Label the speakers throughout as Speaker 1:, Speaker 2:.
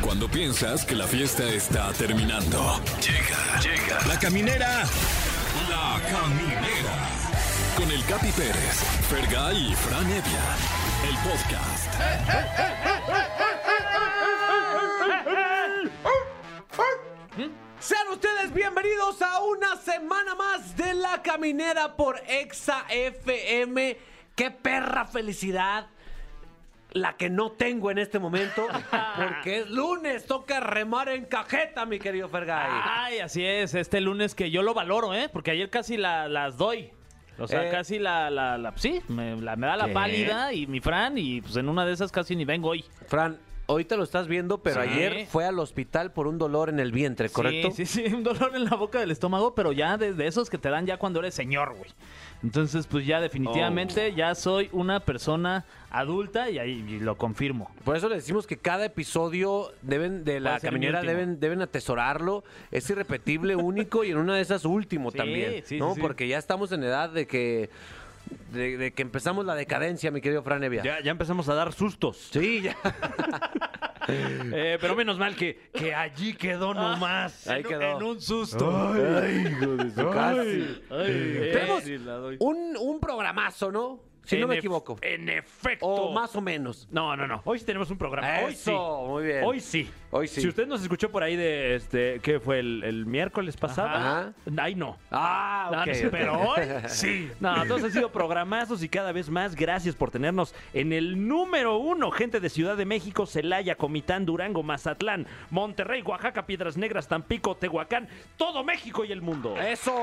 Speaker 1: Cuando piensas que la fiesta está terminando. Llega, llega. La caminera. La caminera. Con el Capi Pérez, Fergay y Fran Evia. El podcast.
Speaker 2: Sean ustedes bienvenidos a una semana más de La Caminera por Exa FM. Qué perra felicidad la que no tengo en este momento, porque es lunes, toca remar en cajeta, mi querido Fergay.
Speaker 3: Ay, así es, este lunes que yo lo valoro, ¿eh? Porque ayer casi la- las doy. O sea,
Speaker 2: Eh.
Speaker 3: casi la, la, la- sí, me, la- me da la
Speaker 2: ¿Qué?
Speaker 3: pálida y mi Fran y pues en una de esas casi ni vengo hoy.
Speaker 2: Fran, ahorita lo estás viendo, pero
Speaker 3: Sí.
Speaker 2: ayer fue al hospital por un dolor en el vientre, ¿correcto?
Speaker 3: Sí, sí, sí, un dolor en la boca del estómago, pero ya desde esos que te dan ya cuando eres señor, güey. Entonces, pues ya definitivamente
Speaker 4: Oh.
Speaker 3: ya soy una persona adulta y ahí y lo confirmo.
Speaker 2: Por eso le decimos que cada episodio deben de
Speaker 3: Va
Speaker 2: la
Speaker 3: a ser mi
Speaker 2: caminera
Speaker 3: último.
Speaker 2: deben, deben atesorarlo. Es irrepetible, único y en una de esas último
Speaker 3: Sí,
Speaker 2: también.
Speaker 3: sí,
Speaker 2: ¿no?
Speaker 3: sí, sí.
Speaker 2: Porque ya estamos en edad de que de, de que empezamos la decadencia, mi querido Fran Evia.
Speaker 4: Ya, ya empezamos a dar sustos.
Speaker 2: Sí, ya.
Speaker 4: Eh, pero menos mal que, que allí quedó nomás.
Speaker 2: Ahí
Speaker 3: Ah. En-
Speaker 2: quedó.
Speaker 3: En un susto.
Speaker 2: Casi.
Speaker 3: Ay,
Speaker 2: Tenemos
Speaker 3: sí, la doy.
Speaker 2: un, un programazo, ¿no? Si no
Speaker 4: En
Speaker 2: me
Speaker 4: ef-
Speaker 2: equivoco.
Speaker 4: En efecto.
Speaker 2: O más o menos.
Speaker 4: No, no, no. Hoy sí tenemos un programa. Hoy sí.
Speaker 2: Eso, muy bien.
Speaker 4: Hoy sí.
Speaker 2: Hoy sí.
Speaker 4: Si usted nos escuchó por ahí de este, ¿qué fue? ¿El, el miércoles pasado?
Speaker 2: Ajá.
Speaker 4: Ay, no.
Speaker 2: Ah,
Speaker 4: No,
Speaker 2: ok.
Speaker 4: no sé, pero hoy sí. No, entonces han sido programazos y cada vez más. Gracias por tenernos en el número uno. Gente de Ciudad de México, Celaya, Comitán, Durango, Mazatlán, Monterrey, Oaxaca, Piedras Negras, Tampico, Tehuacán, todo México y el mundo.
Speaker 2: Eh, Eso.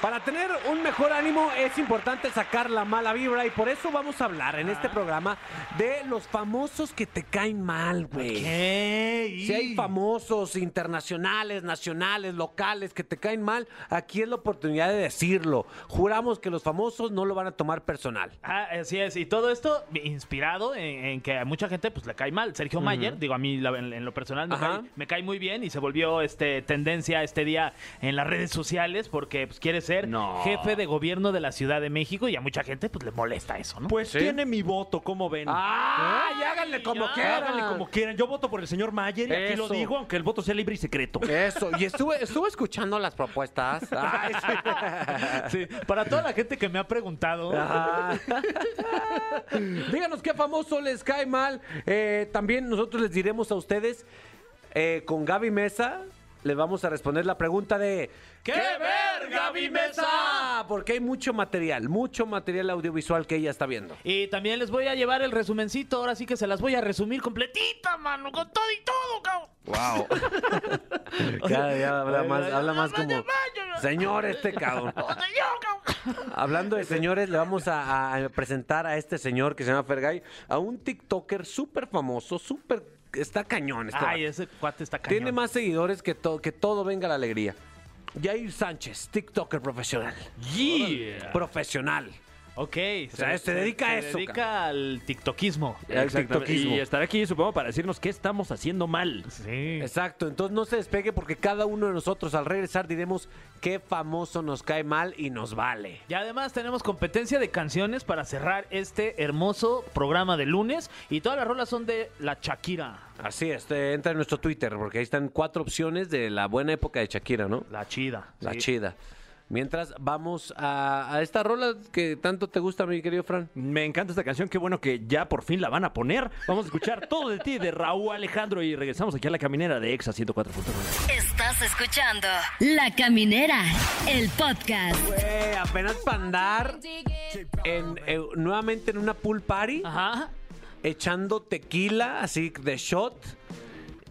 Speaker 2: Para tener un mejor ánimo es importante sacar la mala vibra y por eso vamos a hablar en
Speaker 4: Ah.
Speaker 2: este programa de los famosos que te caen mal, güey.
Speaker 3: Ey.
Speaker 2: Si hay famosos internacionales, nacionales, locales que te caen mal, aquí es la oportunidad de decirlo. Juramos que los famosos no lo van a tomar personal.
Speaker 3: Ah, así es. Y todo esto inspirado en, en que a mucha gente pues le cae mal. Sergio Mayer, digo, a mí la- en, en lo personal me
Speaker 2: Ajá.
Speaker 3: cae, me cae muy bien y se volvió este tendencia este día en las redes sociales porque pues, quiere ser
Speaker 4: No.
Speaker 3: jefe de gobierno de la Ciudad de México y a mucha gente pues le molesta eso, ¿no?
Speaker 4: Pues
Speaker 2: Sí.
Speaker 4: tiene mi voto, ¿cómo ven?
Speaker 2: ¡Ah! Y háganle como
Speaker 3: ya,
Speaker 2: quieran.
Speaker 4: Háganle como quieran. Yo voto por el señor Mayer y aquí lo
Speaker 2: Eso.
Speaker 4: digo, aunque el voto sea libre y secreto.
Speaker 2: Eso. Y estuve, estuve escuchando las propuestas. Ay, sí.
Speaker 3: Sí, para toda la gente que me ha preguntado.
Speaker 2: Ajá. Ah. Díganos qué famoso les cae mal. Eh, también nosotros les diremos a ustedes, eh, con Gaby Mesa, les vamos a responder la pregunta de...
Speaker 3: ¿Qué ver, Gaby Mesa?
Speaker 2: Porque hay mucho material, mucho material audiovisual que ella está viendo.
Speaker 3: Y también les voy a llevar el resumencito, ahora sí que se las voy a resumir completita, mano, con todo y todo, cabrón.
Speaker 2: Wow. Cada día habla más, habla más como... Señor este cabrón. Hablando de señores, le vamos a, a presentar a este señor que se llama Fergay, a un TikToker súper famoso, súper... Está cañón. Este
Speaker 3: Ay,
Speaker 2: vato.
Speaker 3: ese cuate está cañón.
Speaker 2: Tiene más seguidores que, to- que todo venga la alegría. Jair Sánchez, TikToker profesional.
Speaker 3: Yeah.
Speaker 2: Profesional.
Speaker 3: Ok.
Speaker 2: O sea, se dedica a eso,
Speaker 3: Se dedica al tiktokismo.
Speaker 2: El
Speaker 4: Exactamente.
Speaker 2: tiktoquismo.
Speaker 4: Y estará aquí, supongo, para decirnos qué estamos haciendo mal.
Speaker 3: Sí.
Speaker 2: Exacto, entonces no se despegue porque cada uno de nosotros al regresar diremos qué famoso nos cae mal y nos vale.
Speaker 3: Y además tenemos competencia de canciones para cerrar este hermoso programa de lunes. Y todas las rolas son de la Shakira.
Speaker 2: Así es, eh, entra en nuestro Twitter porque ahí están cuatro opciones de la buena época de Shakira, ¿no?
Speaker 3: La chida.
Speaker 2: La
Speaker 3: sí.
Speaker 2: chida. Mientras vamos a, a esta rola que tanto te gusta, mi querido Fran.
Speaker 4: Me encanta esta canción, qué bueno que ya por fin la van a poner. Vamos a escuchar todo de ti de Raúl Alejandro y regresamos aquí a la caminera de Exa 104.9.
Speaker 5: Estás escuchando La Caminera, el podcast.
Speaker 2: Güey, apenas para andar en, eh, nuevamente en una pool party.
Speaker 3: Ajá.
Speaker 2: echando tequila, así de shot,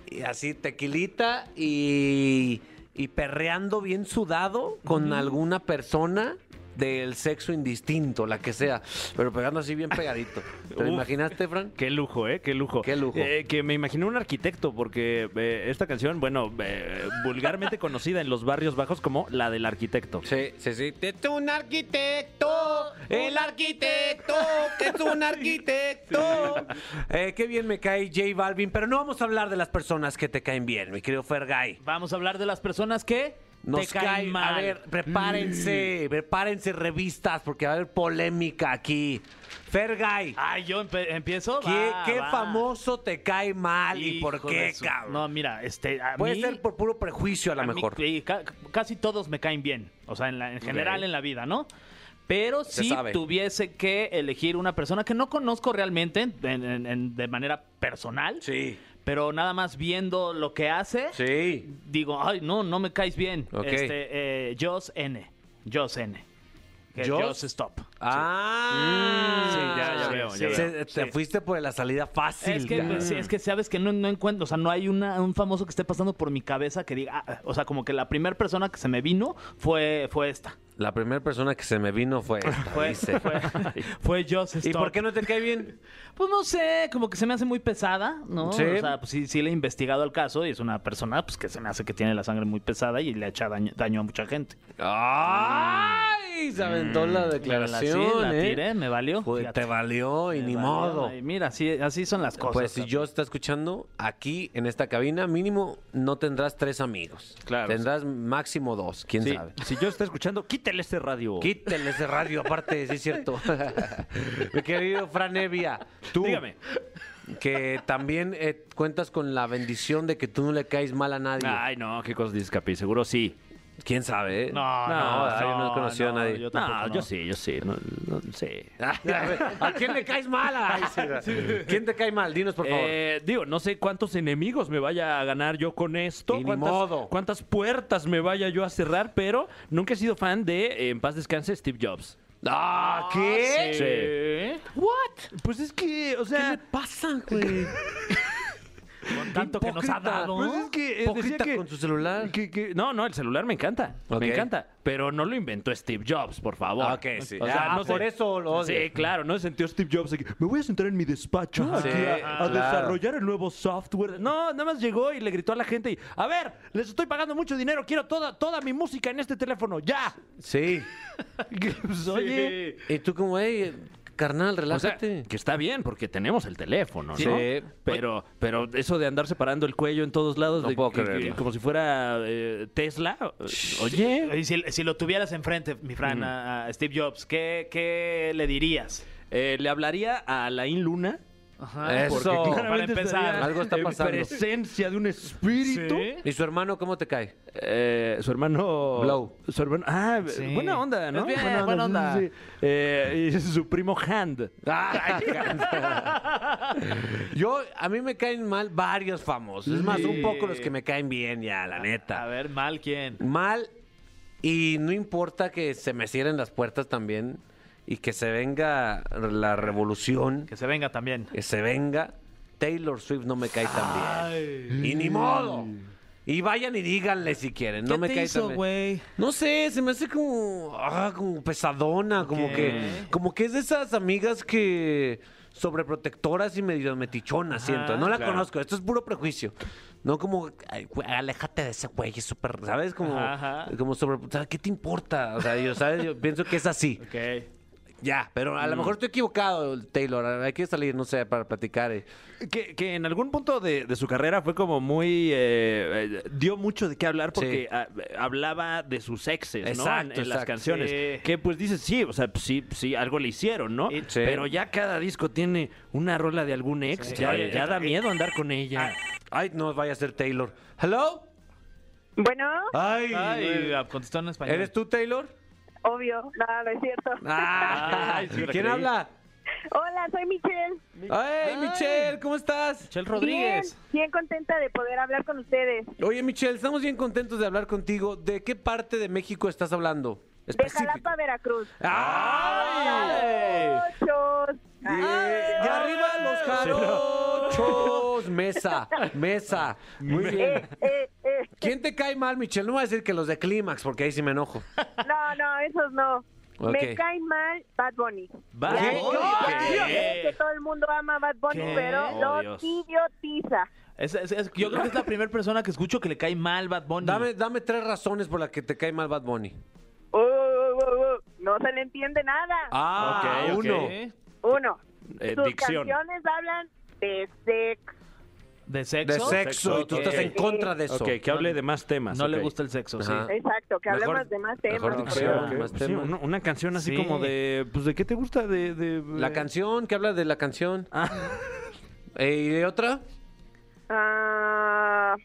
Speaker 2: y así tequilita y, y perreando bien sudado con alguna persona del sexo indistinto, la que sea, pero pegando así bien pegadito. ¿Te lo
Speaker 4: Uf.
Speaker 2: imaginaste, Fran?
Speaker 4: Qué lujo, ¿eh? Qué lujo.
Speaker 2: Qué lujo.
Speaker 4: Eh, que me imaginé un arquitecto, porque eh, esta canción, bueno, eh, vulgarmente conocida en los barrios bajos como la del arquitecto.
Speaker 2: Sí, sí, sí. Es un arquitecto, el arquitecto, que es un arquitecto. Eh, qué bien me cae J Balvin, pero no vamos a hablar de las personas que te caen bien, mi querido Fergay.
Speaker 3: Vamos a hablar de las personas que
Speaker 2: Nos
Speaker 4: caen
Speaker 2: cae
Speaker 4: mal.
Speaker 2: A ver, prepárense, prepárense revistas porque va a haber polémica aquí. Fergay,
Speaker 3: Ay, yo empe- empiezo.
Speaker 2: ¿qué,
Speaker 3: Ah, Va,
Speaker 2: qué
Speaker 3: va.
Speaker 2: famoso te cae mal y
Speaker 3: Hijo
Speaker 2: por qué,
Speaker 3: de su-
Speaker 2: cabrón?
Speaker 3: No, mira, este. A
Speaker 2: Puede
Speaker 3: mí,
Speaker 2: ser por puro prejuicio a lo
Speaker 3: a mí,
Speaker 2: mejor.
Speaker 3: eh, ca- casi todos me caen bien. O sea, en, la- en general en la vida, ¿no? Pero si
Speaker 2: sabe.
Speaker 3: tuviese que elegir una persona que no conozco realmente en- en- en- de manera personal,
Speaker 2: Sí,
Speaker 3: pero nada más viendo lo que hace,
Speaker 2: sí.
Speaker 3: digo, ay, no, no me caes bien.
Speaker 2: Ok.
Speaker 3: Este, eh, Joss N. Joss N. Que es
Speaker 2: ¿Joss?
Speaker 3: Joss Stop.
Speaker 2: Ah,
Speaker 3: Sí, ya- ya
Speaker 2: Sí,
Speaker 3: veo,
Speaker 2: sí,
Speaker 3: ya
Speaker 2: sí.
Speaker 3: veo.
Speaker 2: Te
Speaker 3: Sí.
Speaker 2: fuiste por la salida fácil.
Speaker 3: es, que, pues,
Speaker 2: cabrón.
Speaker 3: sí, es que sabes que no, no encuentro, o sea, no hay una, un famoso que esté pasando por mi cabeza que diga, ah, o sea, como que la primera persona que se me vino fue, fue esta.
Speaker 2: La primera persona que se me vino fue esta,
Speaker 3: Fue,
Speaker 2: dice.
Speaker 3: fue, fue Joss Stop.
Speaker 2: ¿Y por qué no te cae bien?
Speaker 3: Pues no sé, como que se me hace muy pesada, ¿no?
Speaker 2: Sí.
Speaker 3: O sea, pues sí, sí le he investigado el caso y es una persona pues que se me hace que tiene la sangre muy pesada y le echa daño, daño a mucha gente. Mm.
Speaker 2: ¡Ay! Se aventó la declaración,
Speaker 3: Sí, la
Speaker 2: ¿eh?
Speaker 3: tiré, me valió.
Speaker 2: Joder,
Speaker 3: Fíjate.
Speaker 2: te valió y
Speaker 3: Me
Speaker 2: ni
Speaker 3: valió,
Speaker 2: modo.
Speaker 3: ay, mira, así, así son las cosas.
Speaker 2: Pues si
Speaker 3: cabrón.
Speaker 2: yo está escuchando, aquí en esta cabina, mínimo no tendrás tres amigos.
Speaker 4: Claro.
Speaker 2: Tendrás máximo dos, quién
Speaker 4: Sí,
Speaker 2: sabe.
Speaker 4: si yo estoy escuchando, quítele este radio.
Speaker 2: Quítele ese radio, aparte, sí es cierto. Mi querido Fran Evia, tú
Speaker 4: Dígame.
Speaker 2: que también eh, cuentas con la bendición de que tú no le caes mal a nadie.
Speaker 4: Ay, no, qué cosas dices, Capi. Seguro sí.
Speaker 2: ¿Quién sabe? eh?
Speaker 3: No, no,
Speaker 2: ay, yo no he
Speaker 3: no,
Speaker 2: conocido
Speaker 3: no,
Speaker 2: a nadie.
Speaker 3: yo
Speaker 4: No,
Speaker 3: tampoco, no.
Speaker 4: yo sí, yo sí. No, no, sí.
Speaker 2: Ay, a, ver, ¿a quién le caes mal? Ay, sí, sí. ¿Quién te cae mal? Dinos, por favor.
Speaker 4: Eh, digo, no sé cuántos enemigos me vaya a ganar yo con esto,
Speaker 2: Y ni
Speaker 4: cuántas,
Speaker 2: modo.
Speaker 4: cuántas puertas me vaya yo a cerrar, pero nunca he sido fan de, eh, en paz descanse, Steve Jobs.
Speaker 2: Ah, ¿qué?
Speaker 3: Sí.
Speaker 2: What?
Speaker 4: Pues es que, o
Speaker 2: ¿Qué le
Speaker 4: sea,
Speaker 2: pasa, güey?
Speaker 3: Con tanto que nos ha
Speaker 2: Hipócrita.
Speaker 3: dado.
Speaker 4: pues es que eh, decía
Speaker 2: Hipócrita
Speaker 4: que-
Speaker 2: con su celular.
Speaker 4: que- que- no, no, el celular me encanta,
Speaker 2: Ok.
Speaker 4: me encanta, pero no lo inventó Steve Jobs, por favor.
Speaker 2: Ah, ok, sí.
Speaker 4: O sea,
Speaker 2: Ah,
Speaker 4: no sé.
Speaker 2: por eso lo odio.
Speaker 4: Sí, claro, no se sintió Steve Jobs aquí, me voy a sentar en mi despacho
Speaker 2: Ajá.
Speaker 4: aquí
Speaker 2: Ah, Sí,
Speaker 4: a, a
Speaker 2: claro.
Speaker 4: desarrollar el nuevo software. No, nada más llegó y le gritó a la gente, y, a ver, les estoy pagando mucho dinero, quiero toda, toda mi música en este teléfono, ya.
Speaker 2: Sí.
Speaker 4: Pues, oye,
Speaker 2: Y tú como, hey, carnal,
Speaker 4: o sea,
Speaker 2: relájate.
Speaker 4: que está bien porque tenemos el teléfono, ¿no?
Speaker 2: Sí.
Speaker 4: Pero, pero eso de andar separando el cuello en todos lados,
Speaker 2: No
Speaker 4: de-
Speaker 2: puedo
Speaker 4: que-
Speaker 2: creerlo.
Speaker 4: que- como si fuera eh, Tesla, oye,
Speaker 3: Y si, si lo tuvieras enfrente, mi Fran,
Speaker 2: Mm.
Speaker 3: a, a Steve Jobs, ¿qué, qué le dirías?
Speaker 4: eh, le hablaría a Alain Luna.
Speaker 3: Ajá,
Speaker 2: Eso.
Speaker 3: porque
Speaker 2: Para
Speaker 3: Para
Speaker 4: claramente estaría
Speaker 3: empezar.
Speaker 2: Algo está
Speaker 4: en
Speaker 2: pasando.
Speaker 4: Presencia de un espíritu.
Speaker 3: Sí.
Speaker 2: ¿Y su hermano cómo te cae?
Speaker 4: Eh, su hermano.
Speaker 2: Blow.
Speaker 4: Su hermano. Ah,
Speaker 3: Sí.
Speaker 4: buena onda, ¿no?
Speaker 3: Es bien, buena onda.
Speaker 4: sí, sí. Eh, y su primo Hand. Ah,
Speaker 2: Yo, a mí me caen mal varios famosos. Es más, un poco los que me caen bien ya, la
Speaker 3: A
Speaker 2: neta.
Speaker 3: ver, mal quién.
Speaker 2: Mal y no importa que se me cierren las puertas también y que se venga la revolución,
Speaker 3: Que se venga también.
Speaker 2: que se venga. Taylor Swift no me cae tan bien. Y ni modo. Y vayan y díganle si quieren. No me cae tan bien.
Speaker 3: güey?
Speaker 2: No sé, se me hace como, ah, como pesadona, como
Speaker 3: Ok.
Speaker 2: que, como que es de esas amigas que sobreprotectoras y medio metichonas, siento. No la
Speaker 4: claro.
Speaker 2: conozco, esto es puro prejuicio. No como, ay, güey, aléjate de ese güey, es súper, ¿sabes? Como,
Speaker 3: Ajá, ajá.
Speaker 2: como sobre, o sea, ¿qué te importa? O sea, yo, ¿sabes? Yo pienso que es así.
Speaker 3: Ok.
Speaker 2: Ya, pero
Speaker 3: Mm.
Speaker 2: a lo mejor estoy equivocado, Taylor. Hay que salir, no sé, para platicar. eh.
Speaker 4: Que, que en algún punto de, de su carrera fue como muy. eh, eh, dio mucho de qué hablar porque
Speaker 2: Sí.
Speaker 4: ah, hablaba de sus exes, ¿no? En- En,
Speaker 2: Exacto,
Speaker 4: las
Speaker 2: exacto.
Speaker 4: canciones.
Speaker 3: Sí.
Speaker 4: Que pues dices, sí, o sea, pues, sí, sí, algo le hicieron, ¿no?
Speaker 3: Y-
Speaker 2: Sí.
Speaker 4: Pero ya cada disco tiene una rola de algún ex.
Speaker 3: Sí.
Speaker 4: Ya,
Speaker 3: Oye,
Speaker 4: ya
Speaker 3: ya-
Speaker 4: da miedo andar con ella.
Speaker 2: Ay, no vaya a ser Taylor. ¿Hello?
Speaker 6: Bueno,
Speaker 2: Ay,
Speaker 3: Ay,
Speaker 2: güey.
Speaker 3: la contestó en español.
Speaker 2: ¿eres tú, Taylor?
Speaker 6: obvio, nada, no es cierto.
Speaker 2: Ah,
Speaker 3: Ay, sí me la
Speaker 2: ¿Quién
Speaker 3: creí.
Speaker 2: habla?
Speaker 6: Hola, soy Michelle.
Speaker 2: Ay, Michelle, ¿cómo estás?
Speaker 3: Chel Rodríguez.
Speaker 6: Bien, bien contenta de poder hablar con ustedes.
Speaker 2: Oye, Michelle, estamos bien contentos de hablar contigo. ¿De qué parte de México estás hablando?
Speaker 6: De Jalapa, Veracruz.
Speaker 2: Ah. ¡Ay!
Speaker 6: Muchos. Eh,
Speaker 2: Y- y arriba los jarochos. Mesa, mesa. Muy bien.
Speaker 6: Eh, eh,
Speaker 2: ¿Quién te cae mal, Michelle? No voy a decir que los de Clímax, porque ahí sí me enojo.
Speaker 6: no, no, esos no.
Speaker 2: Ok.
Speaker 6: Me cae mal Bad Bunny.
Speaker 4: Bad
Speaker 6: Ya,
Speaker 4: Bunny,
Speaker 6: ya
Speaker 4: ¿qué?
Speaker 6: sé que todo el mundo ama a Bad Bunny,
Speaker 3: ¿Qué?
Speaker 6: pero
Speaker 4: Oh,
Speaker 6: lo
Speaker 4: Dios.
Speaker 6: idiotiza.
Speaker 3: Es- es- es- yo creo que es la primera persona que escucho que le cae mal Bad Bunny.
Speaker 2: Dame, dame tres razones por las que te cae mal Bad Bunny.
Speaker 6: Uh, uh, uh, no se le entiende nada.
Speaker 2: Ah,
Speaker 4: Ok, ok.
Speaker 2: uno.
Speaker 3: ¿Eh?
Speaker 6: Uno,
Speaker 4: Eh,
Speaker 6: sus
Speaker 4: dicción.
Speaker 6: canciones hablan de sexo.
Speaker 3: ¿De sexo?
Speaker 2: de sexo y tú
Speaker 4: Ok.
Speaker 2: estás en contra de eso.
Speaker 4: Ok, que hable de más temas.
Speaker 3: No le
Speaker 4: ok.
Speaker 3: gusta el sexo,
Speaker 2: Ajá.
Speaker 3: sí.
Speaker 6: Exacto, que
Speaker 2: Mejor-
Speaker 6: hablemos de más temas.
Speaker 2: mejor
Speaker 4: Sí,
Speaker 2: dicción,
Speaker 4: ok.
Speaker 2: más
Speaker 4: Sí,
Speaker 2: temas.
Speaker 4: una, una canción así
Speaker 3: Sí.
Speaker 4: como de, pues, ¿de qué te gusta? De, de-
Speaker 2: La canción, que habla de la canción?
Speaker 4: Ah,
Speaker 2: Eh, ¿Y de otra?
Speaker 6: Ah,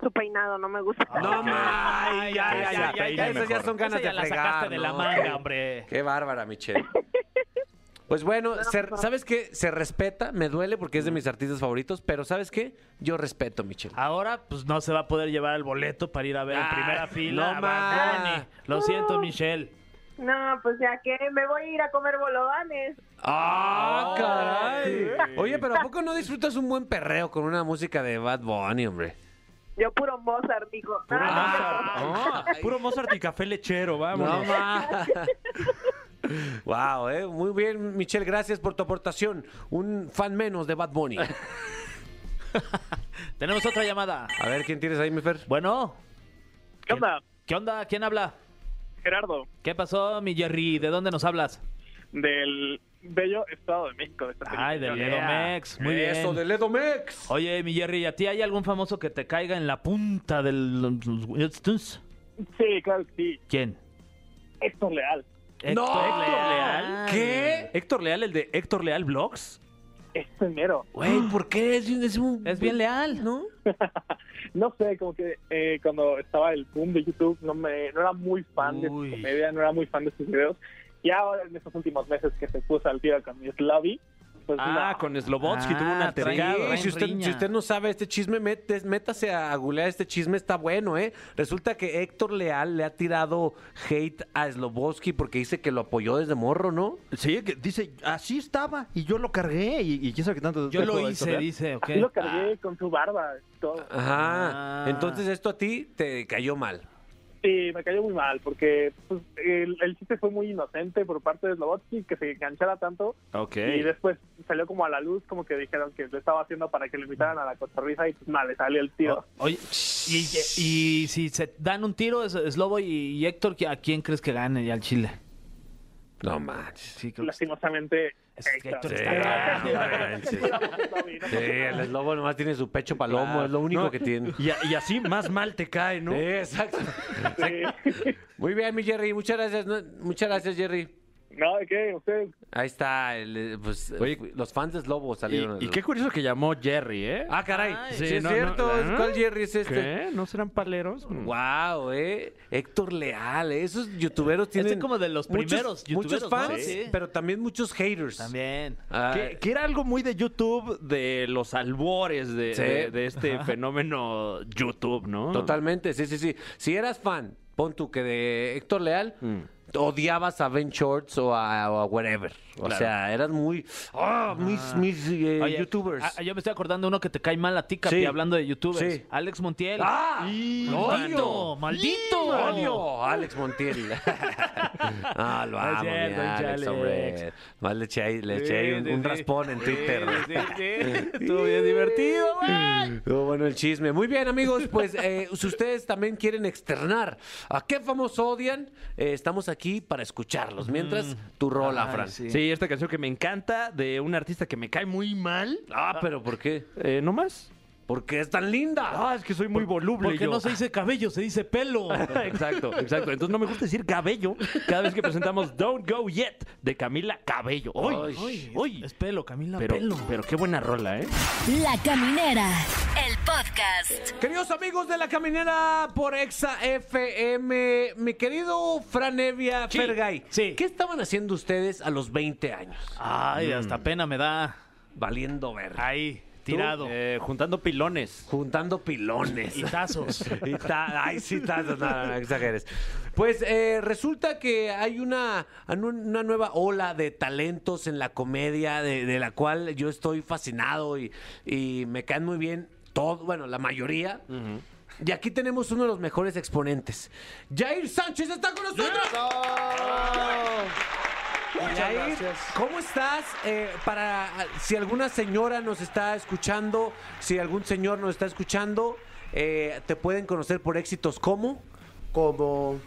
Speaker 6: su peinado no me gusta.
Speaker 2: No,
Speaker 3: ok.
Speaker 2: ma, ay, ya,
Speaker 3: Que
Speaker 2: ya,
Speaker 3: se
Speaker 2: ya,
Speaker 3: peine
Speaker 2: ya, esas ya
Speaker 3: mejor.
Speaker 2: son ganas
Speaker 3: Esa ya
Speaker 2: de
Speaker 3: la
Speaker 2: fregar,
Speaker 3: sacaste de la
Speaker 2: ¿no?
Speaker 3: manga, hombre.
Speaker 2: Qué bárbara, Michelle. Pues bueno, se- ¿sabes qué? Se respeta, me duele porque es de mis artistas favoritos, pero ¿sabes qué? Yo respeto, Michelle.
Speaker 3: Ahora, pues no se va a poder llevar el boleto para ir a ver en
Speaker 2: Ah,
Speaker 3: primera fila.
Speaker 2: no
Speaker 3: a Bad
Speaker 2: más.
Speaker 3: Bunny. Lo siento, Michelle.
Speaker 6: No, pues ya que me voy a ir a comer bolobanes.
Speaker 2: ¡Ah,
Speaker 3: Ah,
Speaker 2: caray! Oye, pero ¿a poco no disfrutas un buen perreo con una música de Bad Bunny, hombre?
Speaker 6: Yo puro Mozart, digo.
Speaker 2: Ah, no.
Speaker 4: puro Mozart y café lechero,
Speaker 2: No,
Speaker 4: vámonos.
Speaker 2: ma. Wow, eh. Muy bien, Michelle, gracias por tu aportación. Un fan menos de Bad Bunny. A
Speaker 3: Tenemos otra llamada.
Speaker 2: ver, ¿quién tienes ahí, mi Fer?
Speaker 3: Bueno,
Speaker 7: ¿Qué onda?
Speaker 3: ¿qué onda? ¿Quién habla?
Speaker 7: Gerardo,
Speaker 3: ¿Qué pasó, mi Jerry? ¿De dónde nos hablas?
Speaker 7: del bello Estado de México. de esta
Speaker 3: Ay, del
Speaker 7: felicitación.
Speaker 3: Edomex. Muy bien.
Speaker 2: Eso, del Edomex.
Speaker 3: Oye, mi Jerry, ¿y a ti hay algún famoso que te caiga en la punta del...
Speaker 7: Sí, claro que sí.
Speaker 3: ¿Quién?
Speaker 7: Héctor Leal.
Speaker 2: ¡No!
Speaker 3: Héctor
Speaker 2: ¿Qué?
Speaker 4: Héctor Leal, el de Héctor Leal Vlogs.
Speaker 7: Es el mero.
Speaker 2: Güey, ¿por qué? Es, es un-
Speaker 3: Es bien leal.
Speaker 2: ¿no?
Speaker 7: No sé, como que eh, cuando estaba el boom de YouTube, no me no era muy fan de
Speaker 3: Uy.
Speaker 7: su comedia, no era muy fan de sus videos. Y ahora, en estos últimos meses que se puso al tiro con mi Slavi, pues
Speaker 4: Ah,
Speaker 7: no.
Speaker 4: con Slobotsky
Speaker 3: Ah,
Speaker 4: tuvo un
Speaker 2: Sí,
Speaker 4: altercado.
Speaker 3: traen
Speaker 2: si usted,
Speaker 3: riña.
Speaker 2: si usted no sabe este chisme, mete- métase a googlear este chisme, está bueno, ¿eh? Resulta que Héctor Leal le ha tirado hate a Sloboski porque dice que lo apoyó desde morro, ¿no?
Speaker 8: Sí, que dice, así estaba y yo lo cargué y, y quién sabe qué tanto.
Speaker 3: Yo lo
Speaker 8: dejó esto,
Speaker 3: hice,
Speaker 8: ¿verdad?
Speaker 3: dice, ok.
Speaker 7: Así Ah, lo cargué con su barba y todo.
Speaker 2: Ajá.
Speaker 3: Ah.
Speaker 2: Entonces esto a ti te cayó mal.
Speaker 7: Sí, me cayó muy mal, porque pues, el, el chiste fue muy inocente por parte de Slobotsky, que se enganchara tanto.
Speaker 4: Ah, Ok.
Speaker 7: Y después salió como a la luz, como que dijeron que lo estaba haciendo para que lo invitaran a la cotorriza y pues mal, le salió el tiro.
Speaker 3: O- Oye, y, y si se dan un tiro, es, es Lobo y, y Héctor, ¿a quién crees que gane ya al Chile?
Speaker 2: No manches.
Speaker 3: Sí, creo que sí.
Speaker 7: Lastimosamente.
Speaker 3: Es que
Speaker 7: Héctor.
Speaker 3: Héctor
Speaker 2: Sí,
Speaker 3: está
Speaker 4: Ah,
Speaker 2: no manches. Sí,
Speaker 7: Sí,
Speaker 2: el Slobo nomás tiene su pecho palomo, es lo único que tiene.
Speaker 4: Y, a- y así más mal te cae, ¿no?
Speaker 2: Sí, exacto. Muy bien, mi Jerry. Muchas gracias. ¿no? Muchas gracias, Jerry.
Speaker 7: No, ¿de qué? Usted,
Speaker 2: Ahí está. el, eh, pues,
Speaker 4: Oye,
Speaker 2: los fans de Slobo salieron.
Speaker 4: Y, y qué curioso que llamó Jerry, ¿eh?
Speaker 2: Ah, caray.
Speaker 3: Ay,
Speaker 2: sí,
Speaker 4: sí,
Speaker 2: es
Speaker 4: no, no,
Speaker 2: cierto.
Speaker 4: ¿ah?
Speaker 2: ¿Cuál Jerry es este?
Speaker 4: ¿Qué? ¿No serán paleros?
Speaker 3: Mm.
Speaker 2: Wow, eh. Héctor Leal, eh. esos youtuberos tienen.
Speaker 3: como de los
Speaker 2: muchos-
Speaker 3: primeros youtuberos,
Speaker 2: Muchos fans,
Speaker 3: ¿no? Sí.
Speaker 2: pero también muchos haters.
Speaker 3: También.
Speaker 2: Ah,
Speaker 4: Que, que era algo muy de YouTube, de los albores de,
Speaker 2: Sí.
Speaker 4: de- de este fenómeno YouTube, ¿no?
Speaker 2: Totalmente, sí, sí, sí. Si eras fan, pon tú que de Héctor Leal,
Speaker 3: Mm.
Speaker 2: odiabas a Ben Shorts o a, o a whatever. O sea, eras muy. ¡Ah! mis mis eh,
Speaker 3: Oye,
Speaker 2: youtubers.
Speaker 3: ah, yo me estoy acordando de uno que te cae mal a ti, Capi,
Speaker 2: Sí.
Speaker 3: hablando de youtubers.
Speaker 2: Sí.
Speaker 3: Alex Montiel.
Speaker 2: ¡Ah! ¡Lo
Speaker 3: ¡Maldito!
Speaker 2: odio!
Speaker 3: ¡Maldito!
Speaker 2: ¡Odio! a Alex Montiel. ah, lo
Speaker 3: No es
Speaker 2: amo, mi
Speaker 3: cierto,
Speaker 2: Alex,
Speaker 3: hincha Alex.
Speaker 2: hombre. Más le eché ahí, le eché ahí un,
Speaker 3: Sí, sí,
Speaker 2: un
Speaker 3: sí.
Speaker 2: raspón en
Speaker 3: Sí,
Speaker 2: Twitter.
Speaker 3: sí, sí. Estuvo bien divertido, güey.
Speaker 2: Estuvo bueno el chisme. Muy bien, amigos, pues eh, si ustedes también quieren externar a qué famoso odian, eh, estamos aquí para escucharlos. Mientras, tu rola,
Speaker 3: Ay,
Speaker 2: Fran.
Speaker 3: sí.
Speaker 4: Sí, esta canción que me encanta, de un artista que me cae muy mal.
Speaker 2: Ah, pero ¿por qué?
Speaker 4: Eh, ¿No más?
Speaker 2: ¿Por qué es tan linda?
Speaker 4: Ah, es que soy muy voluble
Speaker 3: Porque
Speaker 4: yo.
Speaker 3: no se dice cabello, se dice pelo.
Speaker 4: exacto, exacto. Entonces no me gusta decir cabello cada vez que presentamos Don't Go Yet de Camila Cabello. ¡Uy!
Speaker 3: Uy,
Speaker 4: ¡Uy!
Speaker 3: Es pelo, Camila,
Speaker 4: Pero,
Speaker 3: pelo.
Speaker 4: pero qué buena rola, ¿eh?
Speaker 5: La Caminera, el podcast.
Speaker 2: Queridos amigos de la caminera por Exa FM, mi querido Fran Evia
Speaker 3: Sí,
Speaker 2: Fergay,
Speaker 3: sí.
Speaker 2: ¿qué estaban haciendo ustedes a los 20 años?
Speaker 3: Ay, hasta
Speaker 4: mm.
Speaker 3: pena me da.
Speaker 2: Valiendo ver.
Speaker 3: Ahí, tirado.
Speaker 4: Eh, juntando pilones.
Speaker 2: Juntando pilones.
Speaker 3: Y tazos.
Speaker 2: Y ta- ay, sí, tanto, no, no, no, exageres. Pues eh, resulta que hay una, anu- una nueva ola de talentos en la comedia de, de la cual yo estoy fascinado y, y me caen muy bien todo, bueno, la mayoría. Y aquí tenemos uno de los mejores exponentes. Jair Sánchez está con nosotros. Jair, ¿cómo estás? Eh, para si alguna señora nos está escuchando, si algún señor nos está escuchando, eh, te pueden conocer por éxitos como
Speaker 9: como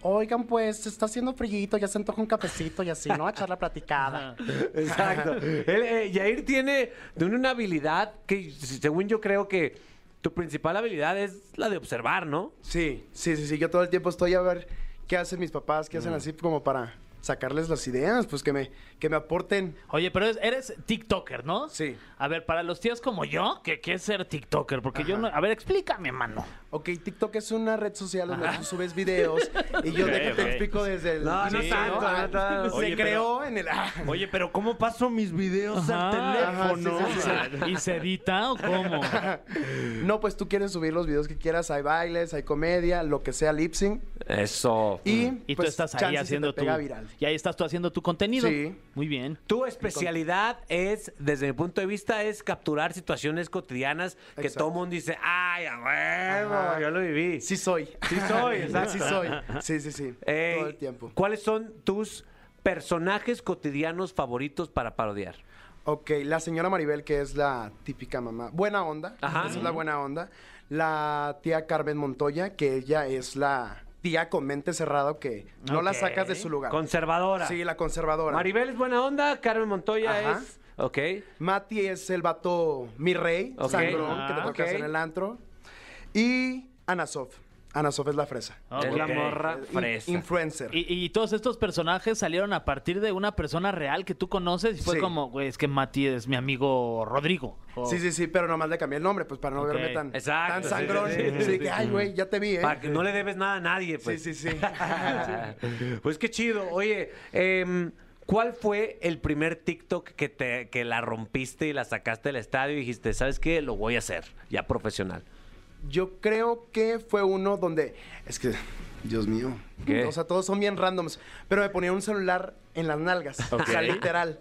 Speaker 9: oigan, pues, se está haciendo frillito, ya se antoja un cafecito y así, ¿no? A echar la
Speaker 3: Ah.
Speaker 9: platicada.
Speaker 2: Exacto. Él, eh, Yair tiene de una, una habilidad que, según yo creo que tu principal habilidad es la de observar, ¿no?
Speaker 10: Sí, sí, sí, sí. Yo todo el tiempo estoy a ver qué hacen mis papás, qué hacen así como para sacarles las ideas, pues que me, que me aporten.
Speaker 3: Oye, pero eres, eres TikToker, ¿no?
Speaker 10: Sí.
Speaker 3: A ver, para los tíos como yo, ¿qué, qué es ser TikToker? Porque yo no. A ver, explícame, mano.
Speaker 10: Ok, TikTok es una red social donde tú subes videos y yo
Speaker 4: Ok,
Speaker 10: deja te
Speaker 4: ok.
Speaker 10: explico desde el...
Speaker 2: No, no
Speaker 10: Sí,
Speaker 2: tanto,
Speaker 10: Ah,
Speaker 2: no tanto.
Speaker 10: Se
Speaker 4: Oye, pero-
Speaker 10: creó en el...
Speaker 4: Oye, pero ¿cómo paso mis videos
Speaker 3: Ajá,
Speaker 10: ajá,
Speaker 4: al teléfono?
Speaker 10: sí, sí, sí.
Speaker 3: ¿Y se edita o cómo?
Speaker 10: No, pues tú quieres subir los videos que quieras, hay bailes, hay comedia, lo que sea, lip sync.
Speaker 2: Eso.
Speaker 10: Y,
Speaker 3: Y tú
Speaker 10: pues,
Speaker 3: estás
Speaker 10: chance
Speaker 3: ahí
Speaker 10: se
Speaker 3: haciendo
Speaker 10: te
Speaker 3: tu.
Speaker 10: pega viral.
Speaker 3: Y ahí estás tú haciendo tu contenido.
Speaker 10: Sí.
Speaker 3: Muy bien.
Speaker 2: Tu especialidad es, desde mi punto de vista, es capturar situaciones cotidianas que
Speaker 10: Exacto.
Speaker 2: todo mundo dice, ay, a huevo,
Speaker 10: Ajá.
Speaker 2: yo lo viví.
Speaker 10: Sí soy.
Speaker 2: Sí soy, exacto.
Speaker 10: sí soy. Sí, sí, sí.
Speaker 2: Ey,
Speaker 10: Todo el tiempo.
Speaker 2: ¿Cuáles son tus personajes cotidianos favoritos para parodiar?
Speaker 10: Ok, la señora Maribel, que es la típica mamá. Buena onda.
Speaker 2: Ajá.
Speaker 10: Esa es la buena onda. La tía Carmen Montoya, que ella es la tía con mente cerrada que no la
Speaker 3: Ok.
Speaker 10: sacas de su lugar.
Speaker 2: Conservadora.
Speaker 10: Sí, la conservadora.
Speaker 2: Maribel es buena onda, Carmen Montoya
Speaker 10: Ajá.
Speaker 2: es... Ok.
Speaker 10: Mati es el vato mi rey,
Speaker 2: Ok.
Speaker 10: sangrón, que te
Speaker 3: Ah,
Speaker 10: tocas
Speaker 2: ok.
Speaker 10: en el antro. Y Anasov. Anasov es la fresa.
Speaker 2: Es
Speaker 3: Ok.
Speaker 2: la morra
Speaker 10: In-
Speaker 2: fresa.
Speaker 10: influencer.
Speaker 3: Y, y todos estos personajes salieron a partir de una persona real que tú conoces y fue
Speaker 10: Sí.
Speaker 3: como, güey, es que Mati es mi amigo Rodrigo. O-
Speaker 10: Sí, sí, sí, pero nomás le cambié el nombre, pues para no
Speaker 3: Ok.
Speaker 10: verme tan,
Speaker 2: Exacto,
Speaker 10: tan
Speaker 2: sí,
Speaker 10: sangrón.
Speaker 2: sí, sí,
Speaker 10: Así
Speaker 2: sí,
Speaker 10: que, ay, güey, ya te vi, ¿eh?
Speaker 2: Para que no le debes nada a nadie,
Speaker 10: Sí,
Speaker 2: pues.
Speaker 10: sí, sí.
Speaker 2: pues qué chido. Oye, em, ¿cuál fue el primer TikTok que, te, que la rompiste y la sacaste del estadio y dijiste, ¿sabes qué? Lo voy a hacer, ya profesional.
Speaker 10: Yo creo que fue uno donde. Es que, Dios mío.
Speaker 2: ¿Qué?
Speaker 10: O sea, todos son bien randoms. Pero me ponía un celular en las nalgas. O sea, literal.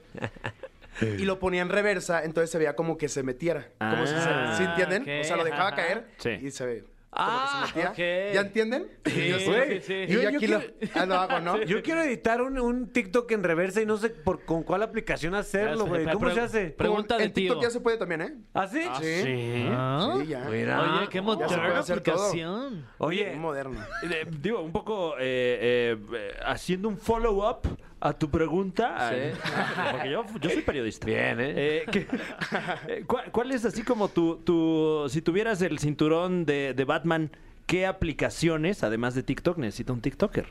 Speaker 10: Y lo ponía en reversa, entonces se veía como que se metiera. como si se, ¿Sí entienden?
Speaker 3: ok,
Speaker 10: O sea, lo dejaba
Speaker 3: ajá.
Speaker 10: caer
Speaker 4: Sí.
Speaker 10: y se ve. como que se
Speaker 2: Ah,
Speaker 10: metía.
Speaker 3: ok.
Speaker 10: ¿Ya entienden?
Speaker 3: Sí,
Speaker 10: Y yo,
Speaker 3: sí,
Speaker 10: güey,
Speaker 3: sí, sí.
Speaker 10: Y yo,
Speaker 2: Yo- yo
Speaker 10: aquí
Speaker 2: quiero-
Speaker 10: lo, ah, lo hago, ¿no?
Speaker 2: Yo quiero editar un, un TikTok en reversa y no sé por, con cuál aplicación hacerlo, güey.
Speaker 3: Pre-
Speaker 2: ¿Cómo
Speaker 3: pre-
Speaker 2: se hace? ¿Ah,
Speaker 3: pre- pregunta
Speaker 10: Con-
Speaker 3: de
Speaker 10: En TikTok
Speaker 3: tío.
Speaker 10: ya se puede también, ¿eh?
Speaker 2: ¿Así?
Speaker 10: Sí.
Speaker 3: Ah.
Speaker 10: Sí, ya.
Speaker 2: Mira.
Speaker 3: Oye, qué
Speaker 10: Ya se puede
Speaker 3: moderna
Speaker 10: hacer todo.
Speaker 3: aplicación.
Speaker 2: Oye,
Speaker 10: Moderno.
Speaker 4: Eh, digo, un poco eh, eh, eh, haciendo un follow-up a tu pregunta.
Speaker 2: Sí.
Speaker 4: Porque yo, yo soy periodista.
Speaker 2: Bien, ¿eh?
Speaker 4: Eh, ¿qué- eh, ¿cuál, cuál es así como tu, tu- Si tuvieras el cinturón de, de Batman, ¿qué aplicaciones, además de TikTok, necesita un TikToker?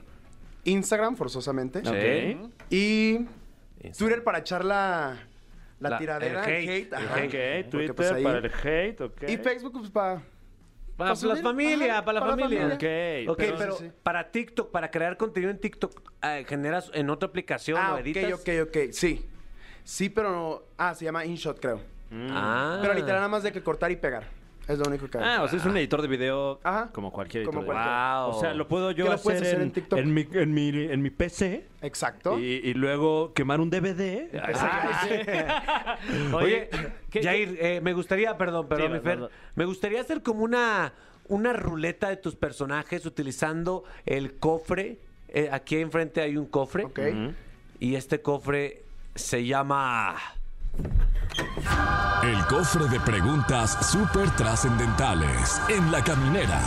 Speaker 10: Instagram, forzosamente.
Speaker 2: Sí.
Speaker 4: Ok.
Speaker 10: Y Twitter para echar la, la
Speaker 2: La-
Speaker 10: tiradera,
Speaker 2: el
Speaker 10: el
Speaker 2: hate,
Speaker 10: hate.
Speaker 2: el
Speaker 10: ajá.
Speaker 2: hate.
Speaker 4: Ok,
Speaker 10: Porque,
Speaker 4: Twitter
Speaker 10: pues, ahí-
Speaker 4: para el hate, ok.
Speaker 10: Y Facebook pues, para...
Speaker 2: Para
Speaker 10: subir,
Speaker 2: la familia,
Speaker 10: ajá,
Speaker 2: para la
Speaker 10: para la
Speaker 2: familia.
Speaker 10: familia.
Speaker 4: Ok,
Speaker 2: Ok,
Speaker 10: pero-
Speaker 2: pero
Speaker 10: sí, sí.
Speaker 2: para TikTok, para crear contenido en TikTok, eh, ¿generas en otra aplicación
Speaker 10: Ah,
Speaker 2: o editas?
Speaker 10: ok, ok, ok. Sí. Sí, pero no... Ah, se llama InShot, creo.
Speaker 2: Ah.
Speaker 10: Pero literal nada más de que cortar y pegar. Es lo único que hago.
Speaker 4: Ah, o sea, es un editor de video
Speaker 10: Ajá.
Speaker 4: como cualquier editor
Speaker 10: Como
Speaker 4: de
Speaker 10: cualquier-
Speaker 4: video.
Speaker 2: Wow.
Speaker 4: O sea, lo puedo yo
Speaker 10: Que lo
Speaker 4: hacer,
Speaker 10: puedes hacer
Speaker 4: en,
Speaker 10: en TikTok.
Speaker 4: en mi, en, mi, en mi PC
Speaker 10: Exacto.
Speaker 4: y, y luego quemar un DVD. Ah,
Speaker 2: Oye,
Speaker 3: ¿qué-
Speaker 2: Jair, eh, me gustaría, perdón, perdón,
Speaker 3: Sí,
Speaker 2: mi
Speaker 3: no,
Speaker 2: Fer,
Speaker 3: no, no.
Speaker 2: me gustaría hacer como una, una ruleta de tus personajes utilizando el cofre. Eh, aquí enfrente hay un cofre.
Speaker 10: Ok.
Speaker 2: Y este cofre se llama...
Speaker 1: El cofre de preguntas súper trascendentales en la caminera.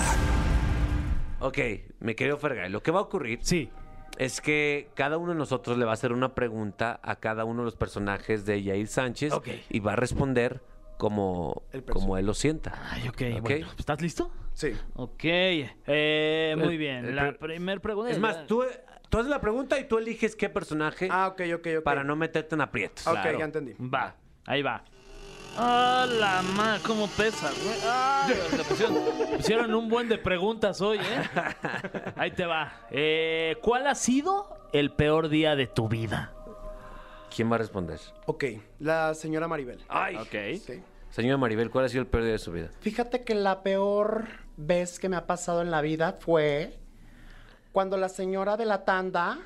Speaker 2: Ok, mi querido Fergay, lo que va a ocurrir
Speaker 3: Sí.
Speaker 2: es que cada uno de nosotros le va a hacer una pregunta a cada uno de los personajes de Yair Sánchez
Speaker 3: Ok.
Speaker 2: y va a responder como,
Speaker 10: El personaje.
Speaker 2: como él lo sienta.
Speaker 3: Ay, ok,
Speaker 2: Ok.
Speaker 3: bueno. ¿Estás listo?
Speaker 10: Sí.
Speaker 3: Ok. eh, muy
Speaker 2: El-
Speaker 3: bien.
Speaker 2: el
Speaker 3: la
Speaker 2: pre-
Speaker 3: primera pregunta
Speaker 2: Es más, tú, tú haces la pregunta y tú eliges qué personaje
Speaker 10: Ah, ok, ok, Ah, ok.
Speaker 2: para no meterte en aprietos.
Speaker 10: Ok,
Speaker 4: Claro.
Speaker 10: ya entendí.
Speaker 3: Va, ahí va. ¡Ah, la ma! ¿Cómo pesa, güey? ¡Ay! le pusieron, pusieron un buen de preguntas hoy, ¿eh? Ahí te va. Eh, ¿Cuál ha sido el peor día de tu vida?
Speaker 2: ¿Quién va a responder?
Speaker 10: Ok. La señora Maribel.
Speaker 2: Ay.
Speaker 4: ok.
Speaker 10: Sí.
Speaker 2: Señora Maribel, ¿cuál ha sido el peor día de su vida?
Speaker 9: Fíjate que la peor vez que me ha pasado en la vida fue cuando la señora de la tanda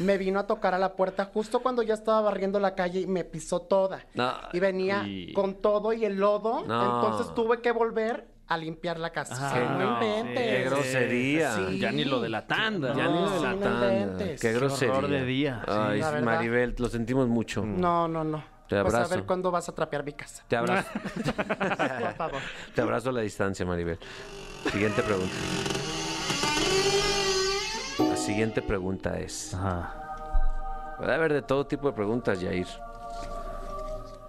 Speaker 9: me vino a tocar a la puerta justo cuando ya estaba barriendo la calle y me pisó toda.
Speaker 2: No.
Speaker 9: Y venía
Speaker 4: Y-
Speaker 9: con todo y el lodo,
Speaker 2: No.
Speaker 9: entonces tuve que volver a limpiar la casa. O sea,
Speaker 2: Qué
Speaker 9: Ah, no,
Speaker 2: Ah, no,
Speaker 9: inventes.
Speaker 2: qué grosería.
Speaker 9: Sí.
Speaker 4: Ya ni lo de la tanda.
Speaker 2: Ya ni
Speaker 9: No,
Speaker 2: de la
Speaker 9: sí, no
Speaker 2: tanda.
Speaker 9: inventes.
Speaker 2: Qué
Speaker 9: Qué
Speaker 2: grosería.
Speaker 3: horror de día, sí.
Speaker 2: Ay,
Speaker 9: La verdad.
Speaker 2: Maribel, lo sentimos mucho.
Speaker 10: Mm.
Speaker 9: No, no, no.
Speaker 2: Te
Speaker 9: pues a
Speaker 2: abrazo.
Speaker 9: ver cuándo vas a trapear mi casa.
Speaker 2: Te abrazo.
Speaker 9: Por favor.
Speaker 2: Te abrazo a la distancia, Maribel. Siguiente pregunta. Así siguiente pregunta es...
Speaker 3: Ah.
Speaker 2: Puede haber de todo tipo de preguntas, Jair.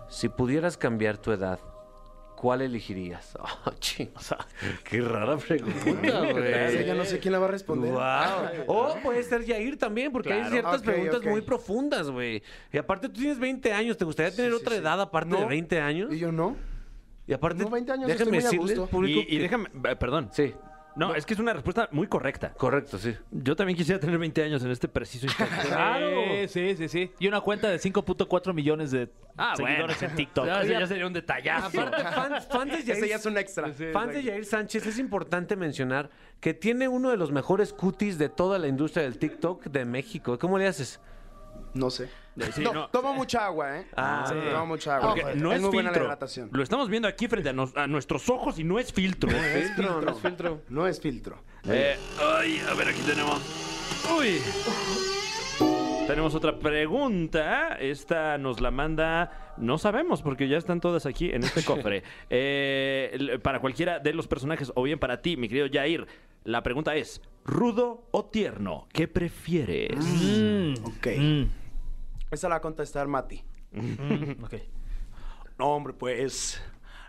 Speaker 2: Si pudieras cambiar tu edad, ¿cuál elegirías? Oh, ching. qué rara pregunta,
Speaker 10: Gracias, ya no sé quién la va a responder.
Speaker 2: Wow. O puede ser Jair también, porque hay
Speaker 10: Ah, Claro.
Speaker 2: ciertas
Speaker 10: Ok,
Speaker 2: preguntas
Speaker 10: ok.
Speaker 2: muy profundas, güey. Y aparte tú tienes 20 años, ¿te gustaría tener otra edad aparte de
Speaker 10: No.
Speaker 2: 20 años?
Speaker 10: ¿Y yo no?
Speaker 2: Y aparte,
Speaker 10: No, 20 años,
Speaker 2: déjenme
Speaker 10: estoy muy a
Speaker 2: decirle al
Speaker 10: gusto.
Speaker 2: público
Speaker 4: Y, y
Speaker 2: que-
Speaker 4: déjame, eh, perdón.
Speaker 2: Sí,
Speaker 4: No, es que es una respuesta muy correcta.
Speaker 2: correcto, sí.
Speaker 4: Yo también quisiera tener 20 años en este preciso instante.
Speaker 3: Sí, Eh, sí, sí, sí. Y una cuenta de 5.4 millones de
Speaker 4: Ah, bueno.
Speaker 3: seguidores en TikTok.
Speaker 4: No, eso ya sería un detallazo.
Speaker 2: Aparte, fans, fans de
Speaker 10: Ese
Speaker 2: Jair-
Speaker 10: ya es un extra.
Speaker 2: Fans de Jair Sánchez, es importante mencionar que tiene uno de los mejores cutis de toda la industria del TikTok de México. ¿Cómo le haces?
Speaker 10: No sé.
Speaker 4: Sí,
Speaker 10: no,
Speaker 4: no.
Speaker 10: tomo mucha agua, ¿eh?
Speaker 2: Ah, sí.
Speaker 10: Tomo mucha agua.
Speaker 4: Porque no es,
Speaker 10: muy buena la
Speaker 4: filtro.
Speaker 10: hidratación.
Speaker 4: Lo estamos viendo aquí frente a, nos- a nuestros ojos y no es filtro.
Speaker 10: filtro, no es filtro. No es filtro.
Speaker 4: Eh, ay, a ver, aquí tenemos. Uy. Tenemos otra pregunta. Esta nos la manda. No sabemos, porque ya están todas aquí en este cofre. Eh, l- para cualquiera de los personajes, o bien para ti, mi querido Jair, la pregunta es: ¿rudo o tierno? ¿Qué prefieres?
Speaker 10: Ok. Esa la va a contestar Mati. Mm. No, hombre, pues.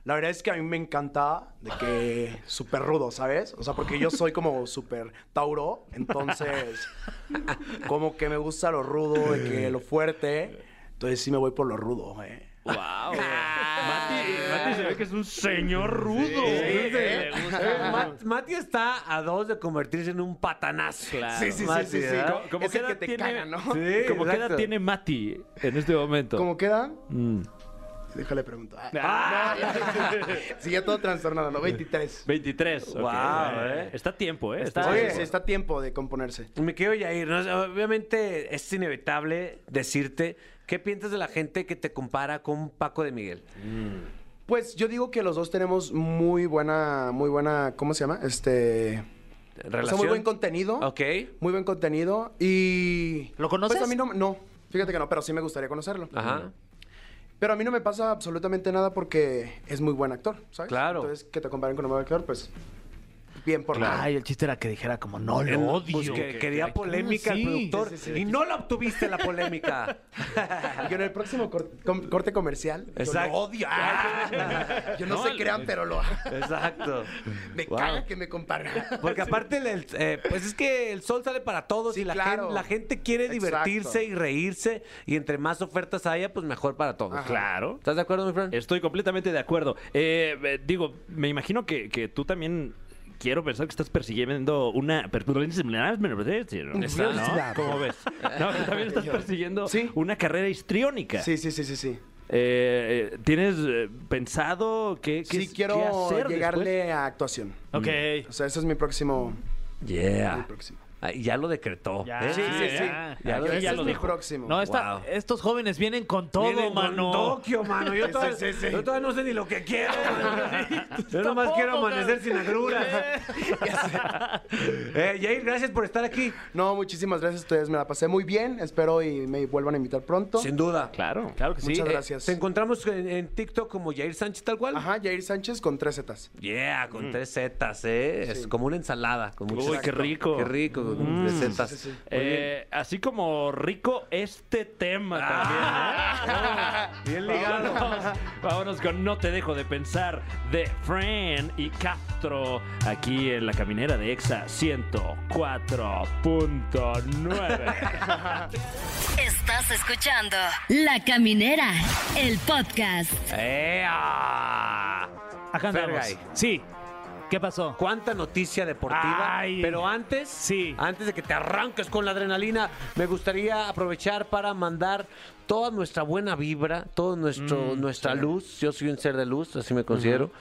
Speaker 10: La verdad es que a mí me encanta de que súper rudo, ¿sabes? O sea, porque yo soy como súper tauro, entonces como que me gusta lo rudo, de que lo fuerte, entonces sí me voy por lo rudo, ¿eh?
Speaker 4: ¡Wow! Mati,
Speaker 10: Ah.
Speaker 4: Mati se ve que es un señor rudo.
Speaker 2: Eh, Mat- Mati está a dos de convertirse en un patanazo.
Speaker 10: Sí, sí, sí,
Speaker 2: Mati,
Speaker 10: sí, sí.
Speaker 2: ¿verdad?
Speaker 10: Como- Como
Speaker 4: Es
Speaker 10: que,
Speaker 4: el
Speaker 10: que te caga, ¿no?
Speaker 2: Sí,
Speaker 4: ¿Cómo qué edad
Speaker 2: exacto.
Speaker 4: tiene Mati en este momento?
Speaker 10: ¿Cómo queda?
Speaker 4: Mm.
Speaker 10: Déjale preguntar. Ah, sí, ya todo trastornado, ¿no? 23.
Speaker 4: 23. ok.
Speaker 2: Guau, eh.
Speaker 4: Está a tiempo, ¿eh? Está,
Speaker 2: Está-
Speaker 10: Oye,
Speaker 4: a tiempo.
Speaker 10: está a tiempo de componerse.
Speaker 2: Me quiero Yair, ¿no? obviamente es inevitable decirte qué piensas de la gente que te compara con Paco de Miguel.
Speaker 10: Pues yo digo que los dos tenemos muy buena, muy buena, ¿cómo se llama? Este...
Speaker 2: Relación.
Speaker 10: O sea, muy buen contenido.
Speaker 2: Ok.
Speaker 10: Muy buen contenido. Y.
Speaker 3: ¿Lo conoces?
Speaker 10: Pues a mí no. No. Fíjate que no, pero sí me gustaría conocerlo.
Speaker 2: Ajá.
Speaker 10: Pero a mí no me pasa absolutamente nada porque es muy buen actor, ¿sabes?
Speaker 2: Claro.
Speaker 10: Entonces, que te comparen con un buen actor, pues. Bien por la.
Speaker 3: Ay, el chiste era que dijera como no
Speaker 2: El-
Speaker 3: lo odio.
Speaker 2: pues, que- quería polémica el
Speaker 3: así?
Speaker 2: productor
Speaker 10: Sí, sí, sí.
Speaker 2: y no la obtuviste la polémica.
Speaker 10: Yo en el próximo cor- com- corte comercial. yo
Speaker 2: Exacto.
Speaker 10: lo odio. Ah, Yo no, se crean, pero lo.
Speaker 2: Exacto.
Speaker 10: Me caga que me comparen.
Speaker 2: Porque aparte, el- el- eh, pues es que el sol sale para todos
Speaker 10: Sí,
Speaker 2: y la,
Speaker 10: claro.
Speaker 2: gen- la gente quiere
Speaker 10: Exacto.
Speaker 2: divertirse y reírse. Y entre más ofertas haya, pues mejor para todos.
Speaker 10: Ajá.
Speaker 4: Claro.
Speaker 2: ¿Estás de acuerdo, mi friend?
Speaker 4: Estoy completamente de acuerdo. Eh, eh, digo, me imagino que, que tú también. Quiero pensar que estás persiguiendo una... per- pues, ¿no? ¿Cómo ves? No, que también estás persiguiendo
Speaker 10: Sí.
Speaker 4: una carrera histriónica.
Speaker 10: Sí, sí, sí, sí, sí.
Speaker 4: Eh, eh, ¿Tienes eh, pensado qué, qué-
Speaker 10: Sí
Speaker 4: qué
Speaker 10: quiero
Speaker 4: hacer
Speaker 10: llegarle
Speaker 4: después?
Speaker 10: a actuación.
Speaker 3: Ok.
Speaker 10: O sea, ese es mi próximo. Mi
Speaker 2: Yeah.
Speaker 10: próximo.
Speaker 2: Ah, y ya lo decretó.
Speaker 3: Ya,
Speaker 2: ¿eh?
Speaker 3: Sí, sí, sí.
Speaker 4: ya.
Speaker 2: Ya lo-
Speaker 10: Ese
Speaker 4: ya
Speaker 10: es
Speaker 4: lo
Speaker 10: mi
Speaker 4: dijo.
Speaker 10: próximo.
Speaker 3: No, esta-
Speaker 2: Wow.
Speaker 3: estos jóvenes vienen con todo,
Speaker 2: Vienen con
Speaker 3: mano.
Speaker 2: Tokio, mano. Yo
Speaker 10: Sí,
Speaker 2: todavía,
Speaker 10: sí, sí.
Speaker 2: yo todavía no sé ni lo que quiero. mano. yo nomás
Speaker 3: Tampoco,
Speaker 2: quiero amanecer sin
Speaker 3: cabrón.
Speaker 2: agruras. eh, Jair, gracias por estar aquí.
Speaker 10: No, muchísimas gracias a ustedes. Me la pasé muy bien. Espero y me vuelvan a invitar pronto.
Speaker 2: Sin duda.
Speaker 4: Claro.
Speaker 3: Claro que sí.
Speaker 10: Muchas
Speaker 3: eh,
Speaker 10: gracias.
Speaker 2: Te encontramos en, en TikTok como Jair Sánchez tal cual.
Speaker 10: Ajá, Jair Sánchez con tres Zetas.
Speaker 2: Yeah, con tres zetas, ¿eh? Es como una ensalada. Con muchas-
Speaker 4: Uy, qué rico.
Speaker 2: Qué rico,
Speaker 3: Mm.
Speaker 2: con tres zetas. Muy bien.
Speaker 4: Eh, así como rico este tema también. ¿eh?
Speaker 2: Ah. bien ligado.
Speaker 4: Vámonos, vámonos con No te dejo de pensar de Fran y Castro aquí en la caminera de Exa 104.9.
Speaker 5: Estás escuchando La Caminera, el podcast.
Speaker 2: ¡Ea!
Speaker 3: Acá andamos.
Speaker 2: Fergay.
Speaker 3: Sí. ¿Qué pasó?
Speaker 2: cuánta noticia deportiva.
Speaker 3: Ay.
Speaker 2: pero antes,
Speaker 3: Sí.
Speaker 2: antes de que te arranques con la adrenalina, me gustaría aprovechar para mandar toda nuestra buena vibra, toda
Speaker 3: Mm,
Speaker 2: nuestra luz. Yo soy un ser de luz, así me considero.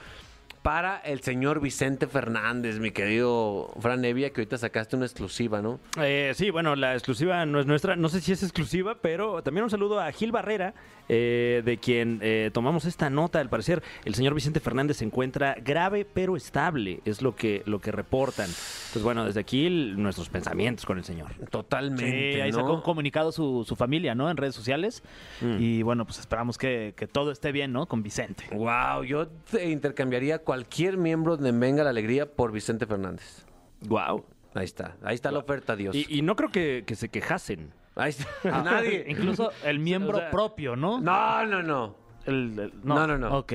Speaker 2: Para el señor Vicente Fernández, mi querido Fran Evia, que ahorita sacaste una exclusiva, ¿no?
Speaker 4: Eh, sí, bueno, la exclusiva no es nuestra. No sé si es exclusiva, pero también un saludo a Gil Barrera, eh, de quien eh, tomamos esta nota. Al parecer, el señor Vicente Fernández se encuentra grave pero estable, es lo que, lo que reportan. Entonces, bueno, desde aquí el- nuestros pensamientos con el señor.
Speaker 2: Totalmente.
Speaker 3: Sí, ahí
Speaker 2: ¿no?
Speaker 3: sacó un comunicado su, su familia, ¿no? En redes sociales. Y bueno, pues esperamos que, que todo esté bien, ¿no? Con Vicente.
Speaker 2: Wow, yo te intercambiaría cualquier miembro de Venga la Alegría por Vicente Fernández.
Speaker 4: Wow.
Speaker 2: Ahí está, ahí está la oferta, Dios.
Speaker 4: Y, y no creo que, que se quejasen.
Speaker 2: Ahí está. Nadie.
Speaker 3: Incluso el miembro
Speaker 4: O sea,
Speaker 3: propio, ¿no?
Speaker 2: No, no, no.
Speaker 3: El- el-
Speaker 2: No, no, no.
Speaker 3: Ok.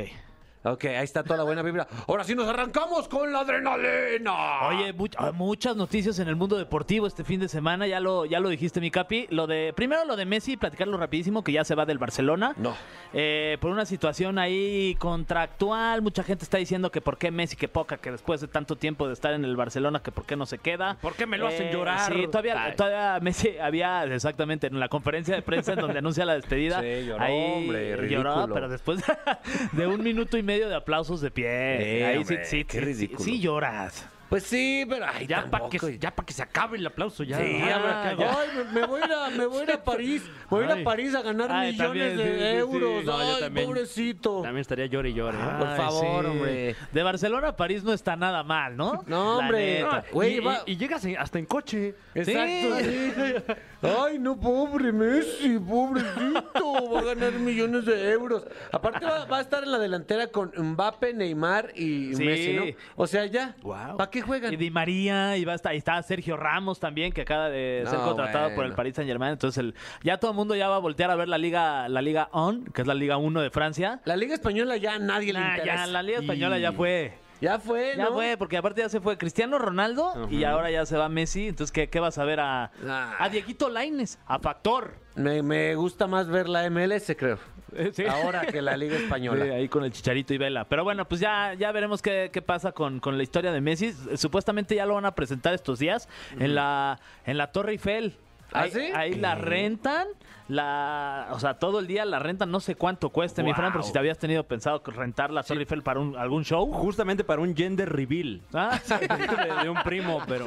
Speaker 2: Ok, ahí está toda la buena vibra. Ahora sí nos arrancamos con la adrenalina.
Speaker 3: Oye, much- ah, muchas noticias en el mundo deportivo este fin de semana, ya lo, ya lo dijiste, mi capi. Lo de, primero lo de Messi, platicarlo rapidísimo, que ya se va del Barcelona.
Speaker 2: No.
Speaker 3: Eh, por una situación ahí contractual, mucha gente está diciendo que por qué Messi, que poca, que después de tanto tiempo de estar en el Barcelona, que por qué no se queda. Eh,
Speaker 4: ¿Por qué me lo hacen llorar?
Speaker 3: Sí, todavía,
Speaker 4: Ay.
Speaker 3: todavía Messi había, exactamente, en la conferencia de prensa en donde anuncia la despedida.
Speaker 2: Sí, lloró,
Speaker 3: ahí
Speaker 2: hombre,
Speaker 3: lloró,
Speaker 2: ridículo.
Speaker 3: pero después de un minuto y medio de aplausos de pie.
Speaker 2: Sí,
Speaker 3: ahí
Speaker 2: hombre,
Speaker 3: sí, sí,
Speaker 2: qué
Speaker 3: sí,
Speaker 2: ridículo.
Speaker 3: sí lloras.
Speaker 2: Pues sí, pero ay,
Speaker 4: Ya para
Speaker 2: tampoco.
Speaker 4: que, ya pa' que se acabe el aplauso. Ya,
Speaker 2: Sí,
Speaker 4: Ya,
Speaker 2: ah,
Speaker 4: ya.
Speaker 2: ay, me- me voy a ir a, me voy a ir a París. Voy a ir a
Speaker 3: Ay.
Speaker 2: París a ganar
Speaker 3: Ay,
Speaker 2: millones
Speaker 3: también,
Speaker 2: de
Speaker 3: sí, sí, sí.
Speaker 2: euros.
Speaker 4: No, yo
Speaker 2: Ay,
Speaker 4: también.
Speaker 2: pobrecito.
Speaker 4: También estaría llore y llore. ¿eh?
Speaker 2: Por
Speaker 3: Ay,
Speaker 2: favor, hombre.
Speaker 3: De Barcelona a París no está nada mal, ¿no?
Speaker 2: No,
Speaker 3: La
Speaker 2: hombre.
Speaker 3: neta.
Speaker 2: Ah, güey,
Speaker 4: y,
Speaker 2: va-
Speaker 4: y- y llegas en- hasta en coche.
Speaker 2: Exacto. Ay, no, pobre Messi, pobrecito. Va a ganar millones de euros. Aparte, va, va a estar en la delantera con Mbappe, Neymar y
Speaker 3: Sí.
Speaker 2: Messi, ¿no? O sea, ya.
Speaker 4: Guau.
Speaker 2: ¿Para qué juegan?
Speaker 3: Y Di María, y va a estar- ahí está Sergio Ramos también, que acaba de ser
Speaker 2: No,
Speaker 3: contratado por el
Speaker 2: bueno.
Speaker 3: Paris Saint Germain. Entonces el- ya todo el mundo ya va a voltear a ver la Liga, la Liga ON, que es la Liga 1 de Francia.
Speaker 2: La Liga Española ya a nadie le
Speaker 3: Nah,
Speaker 2: interesa.
Speaker 3: ya, la Liga Española ya fue.
Speaker 2: Ya fue,
Speaker 3: Ya
Speaker 2: ¿no?
Speaker 3: fue, porque aparte ya se fue Cristiano Ronaldo y ahora ya se va Messi. Entonces, ¿qué, qué vas a ver a,
Speaker 2: Ah.
Speaker 3: a Dieguito Laines? A Factor.
Speaker 2: Me, me gusta más ver la MLS, creo.
Speaker 3: Eh, sí.
Speaker 2: Ahora que la Liga
Speaker 3: Sí,
Speaker 2: Española.
Speaker 3: ahí con el chicharito y vela. Pero bueno, pues ya, ya veremos qué, qué pasa con, con la historia de Messi. Supuestamente ya lo van a presentar estos días en la en la Torre Eiffel.
Speaker 2: ¿Ah,
Speaker 3: Ahí,
Speaker 2: sí?
Speaker 3: ahí la rentan, la, o sea, todo el día la rentan, no sé cuánto cueste, mi Fran, por si te habías tenido pensado que rentar la Torre Eiffel para un, algún show.
Speaker 4: Justamente para un gender reveal.
Speaker 3: Ah, sí.
Speaker 4: de, de un primo, pero.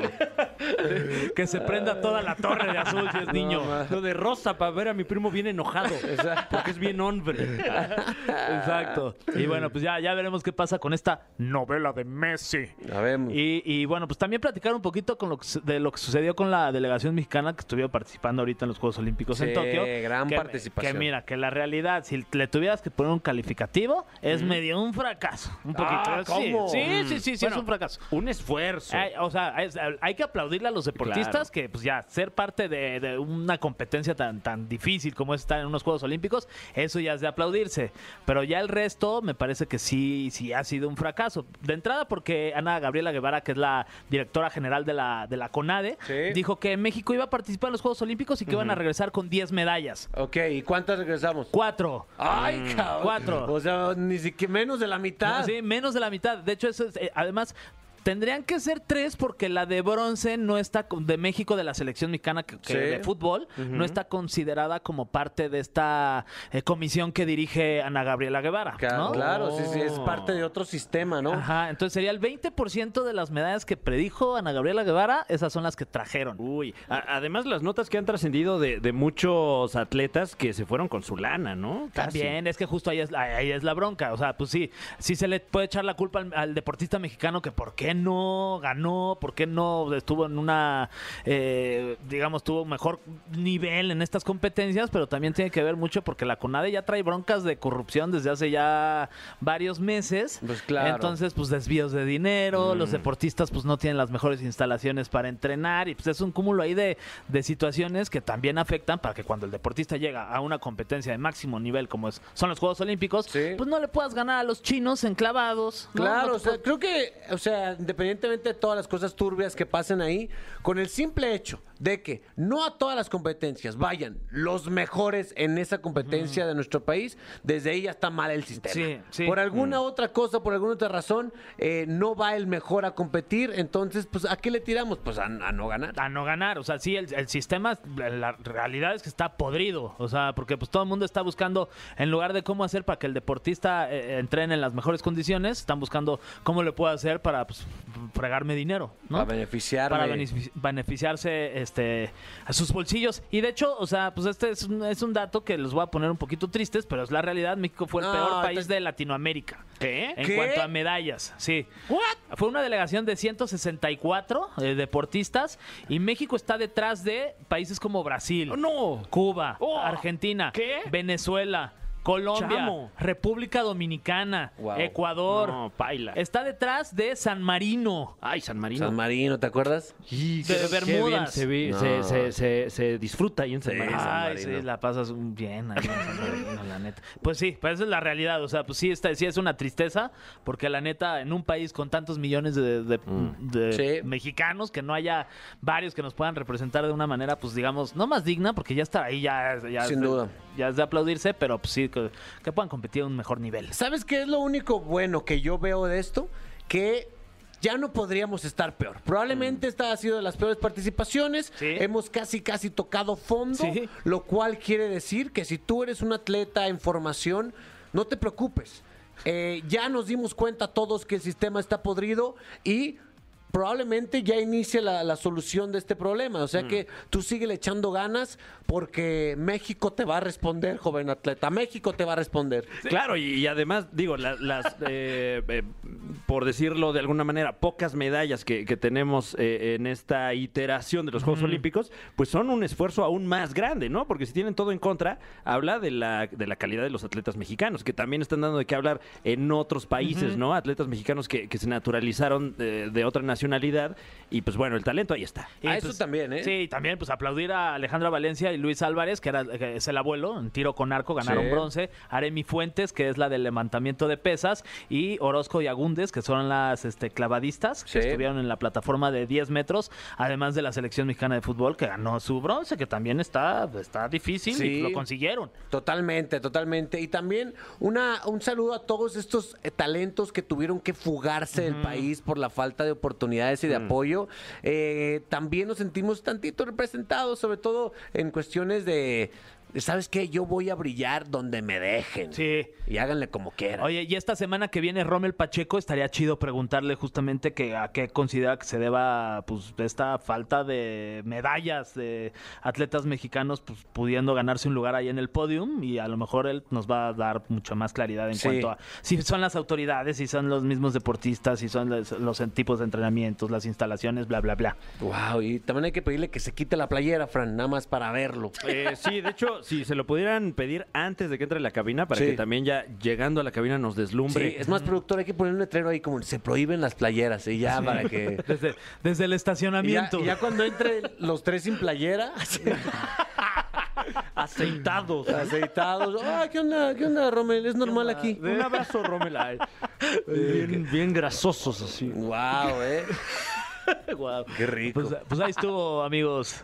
Speaker 3: que se prenda toda la torre de azul si es niño.
Speaker 4: Lo de rosa para ver a mi primo bien enojado. Porque es bien hombre.
Speaker 3: Exacto. Y bueno, pues ya, ya veremos qué pasa con esta novela de Messi.
Speaker 2: A ver.
Speaker 3: Y, y bueno, pues también platicar un poquito con lo que su- de lo que sucedió con la delegación mexicana que estuvo participando ahorita en los Juegos Olímpicos
Speaker 2: Sí,
Speaker 3: en Tokio.
Speaker 2: gran
Speaker 3: que,
Speaker 2: participación.
Speaker 3: Que mira, que la realidad, si le tuvieras que poner un calificativo, es medio un fracaso. Un poquito.
Speaker 4: Ah, ¿cómo?
Speaker 3: Sí, sí, sí, sí, sí,
Speaker 4: Bueno,
Speaker 3: es un fracaso.
Speaker 4: Un esfuerzo.
Speaker 3: Hay- o sea, es- eh, hay que aplaudirle a los deportistas
Speaker 4: Claro.
Speaker 3: que, pues ya, ser parte de, de una competencia tan, tan difícil como es estar en unos Juegos Olímpicos, eso ya es de aplaudirse. Pero ya el resto me parece que sí, sí ha sido un fracaso. De entrada, porque Ana Gabriela Guevara, que es la directora general de la, de la CONADE,
Speaker 2: Sí.
Speaker 3: dijo que México iba a participar en los Juegos Olímpicos y que iban a regresar con 10 medallas.
Speaker 2: Ok, ¿y cuántas regresamos?
Speaker 3: Cuatro.
Speaker 2: Ay, cabrón.
Speaker 3: Mm,
Speaker 2: Pues
Speaker 3: Cuatro.
Speaker 2: O sea, ni siquiera menos de la mitad.
Speaker 3: No, sí, menos de la mitad. De hecho, eso es, eh, además. Tendrían que ser tres porque la de bronce no está con- de México de la selección mexicana que, que
Speaker 2: Sí.
Speaker 3: de fútbol no está considerada como parte de esta eh, comisión que dirige Ana Gabriela Guevara.
Speaker 2: Ca-
Speaker 3: ¿no?
Speaker 2: Claro, sí, sí, es parte de otro sistema, ¿no?
Speaker 3: Ajá, entonces sería el 20% de las medallas que predijo Ana Gabriela Guevara, esas son las que trajeron.
Speaker 4: Uy, a- además las notas que han trascendido de, de muchos atletas que se fueron con su lana, ¿no? Casi.
Speaker 3: También es que justo ahí es, la- ahí es la bronca. O sea, pues sí, sí se le puede echar la culpa al, al deportista mexicano que por qué no ganó, por qué no estuvo en una, eh, digamos, tuvo un mejor nivel en estas competencias, pero también tiene que ver mucho porque la CONADE ya trae broncas de corrupción desde hace ya varios meses.
Speaker 2: Pues claro.
Speaker 3: Entonces, pues desvíos de dinero,
Speaker 2: Mm.
Speaker 3: los deportistas pues no tienen las mejores instalaciones para entrenar y pues es un cúmulo ahí de, de situaciones que también afectan para que cuando el deportista llega a una competencia de máximo nivel como es, son los Juegos Olímpicos,
Speaker 2: Sí.
Speaker 3: pues no le puedas ganar a los chinos enclavados. ¿no?
Speaker 2: Claro,
Speaker 3: No pues,
Speaker 2: o
Speaker 3: te
Speaker 2: sea, creo que, o sea, independientemente de todas las cosas turbias que pasen ahí, con el simple hecho de que no a todas las competencias vayan los mejores en esa competencia de nuestro país, desde ahí ya está mal el sistema.
Speaker 3: Sí, sí. Mm.
Speaker 2: Por alguna otra cosa, por alguna otra razón, eh, no va el mejor a competir, entonces, pues, ¿a qué le tiramos? Pues a, a no ganar.
Speaker 3: a no ganar. O sea, sí, el, el sistema, la realidad es que está podrido. O sea, porque pues todo el mundo está buscando, en lugar de cómo hacer para que el deportista eh, entrene en las mejores condiciones, están buscando cómo le puedo hacer para pues, fregarme dinero, ¿no?
Speaker 2: Para beneficiarme.
Speaker 3: Para benefici- beneficiarse este, a sus bolsillos. Y de hecho, o sea, pues este es un, es un dato que los voy a poner un poquito tristes, pero es la realidad. México fue el
Speaker 2: No,
Speaker 3: peor
Speaker 2: ahorita-
Speaker 3: país de Latinoamérica.
Speaker 4: ¿Qué?
Speaker 3: En
Speaker 2: ¿Qué?
Speaker 3: cuanto a medallas, sí. Fue una delegación de 164 eh, deportistas y México está detrás de países como Brasil,
Speaker 4: ¡No!
Speaker 3: Cuba,
Speaker 4: Oh,
Speaker 3: Argentina,
Speaker 4: ¿qué?
Speaker 3: Venezuela. Colombia,
Speaker 4: Chamo.
Speaker 3: República Dominicana, Ecuador.
Speaker 4: No, paila.
Speaker 3: Está detrás de San Marino.
Speaker 4: Ay, San Marino.
Speaker 2: San Marino, ¿te acuerdas?
Speaker 4: Y
Speaker 3: De
Speaker 4: qué
Speaker 3: Bermudas.
Speaker 4: bien se, vi-
Speaker 2: No.
Speaker 4: se, se- se- se disfruta ahí en San
Speaker 2: Sí.
Speaker 4: Marino.
Speaker 2: San
Speaker 3: Ay,
Speaker 2: Marino.
Speaker 3: sí, la pasas un bien ahí en San Marino, la neta. Pues sí, pues esa es la realidad. O sea, pues sí, esta, sí es una tristeza, porque la neta, en un país con tantos millones de, de-
Speaker 2: Mm.
Speaker 3: de
Speaker 2: Sí.
Speaker 3: mexicanos, que no haya varios que nos puedan representar de una manera, pues digamos, no más digna, porque ya estar ahí ya, es- ya es
Speaker 2: Sin
Speaker 3: de-
Speaker 2: duda.
Speaker 3: Ya es de aplaudirse, pero pues sí, que, que puedan competir a un mejor nivel.
Speaker 2: ¿Sabes qué es lo único bueno que yo veo de esto? Que ya no podríamos estar peor. Probablemente esta ha sido de las peores participaciones.
Speaker 3: Mm. Sí.
Speaker 2: Hemos casi, casi tocado fondo,
Speaker 3: Sí.
Speaker 2: lo cual quiere decir que si tú eres un atleta en formación, no te preocupes. Eh, ya nos dimos cuenta todos que el sistema está podrido y probablemente ya inicie la, la solución de este problema. O sea
Speaker 3: Mm.
Speaker 2: que tú sigue echando ganas porque México te va a responder, joven atleta. México te va a responder.
Speaker 4: Claro, y, y además, digo, la- las, eh, eh, por decirlo de alguna manera, pocas medallas que, que tenemos eh, en esta iteración de los Juegos Olímpicos, pues son un esfuerzo aún más grande, ¿no? Porque si tienen todo en contra, habla de la, de la calidad de los atletas mexicanos, que también están dando de qué hablar en otros países, ¿no? Atletas mexicanos que, que se naturalizaron eh, de otra nacionalidad y pues bueno, el talento ahí está.
Speaker 2: Ah, eso también, ¿eh?
Speaker 3: Sí, y también, pues aplaudir a Alejandra Valencia y Luis Álvarez, que, era, que es el abuelo, en tiro con arco, ganaron
Speaker 2: Sí.
Speaker 3: bronce. Aremi Fuentes, que es la del levantamiento de pesas. Y Orozco y Agúndez, que son las este, clavadistas, que
Speaker 2: Sí.
Speaker 3: estuvieron en la plataforma de 10 metros. Además de la selección mexicana de fútbol, que ganó su bronce, que también está, está difícil y
Speaker 2: Sí.
Speaker 3: lo consiguieron.
Speaker 2: Totalmente, totalmente. Y también una, un saludo a todos estos eh, talentos que tuvieron que fugarse del país por la falta de oportunidades
Speaker 3: Mm.
Speaker 2: y de apoyo. Eh, también nos sentimos tantito representados, sobre todo en cuestiones de, ¿sabes qué? Yo voy a brillar donde me dejen.
Speaker 3: Sí.
Speaker 2: Y háganle como quieran.
Speaker 3: Oye, y esta semana que viene Rommel Pacheco, estaría chido preguntarle justamente que, a qué considera que se deba pues esta falta de medallas de atletas mexicanos pues, pudiendo ganarse un lugar ahí en el podium y a lo mejor él nos va a dar mucha más claridad en
Speaker 2: Sí.
Speaker 3: cuanto a si son las autoridades, si son los mismos deportistas, si son los, los en- tipos de entrenamientos, las instalaciones, bla, bla, bla.
Speaker 2: Wow, y también hay que pedirle que se quite la playera, Fran, nada más para verlo.
Speaker 4: Eh, sí, de hecho, si se lo pudieran pedir antes de que entre la cabina, para
Speaker 2: Sí.
Speaker 4: que también ya llegando a la cabina nos deslumbre.
Speaker 2: Sí, es más, productor, hay que poner un letrero ahí como se prohíben las playeras y ya para que...
Speaker 3: Desde, desde el
Speaker 2: Y ya,
Speaker 3: estacionamiento.
Speaker 2: y ya cuando entre los tres sin playera, así,
Speaker 4: aceitados.
Speaker 2: aceitados. Ah, ¿qué onda? ¿Qué onda, Romel? Es normal aquí.
Speaker 4: Un abrazo, Eh, Romela. Bien, bien grasosos así.
Speaker 2: Wow, eh.
Speaker 3: Guau.
Speaker 2: Qué rico.
Speaker 3: Pues, pues ahí estuvo, amigos.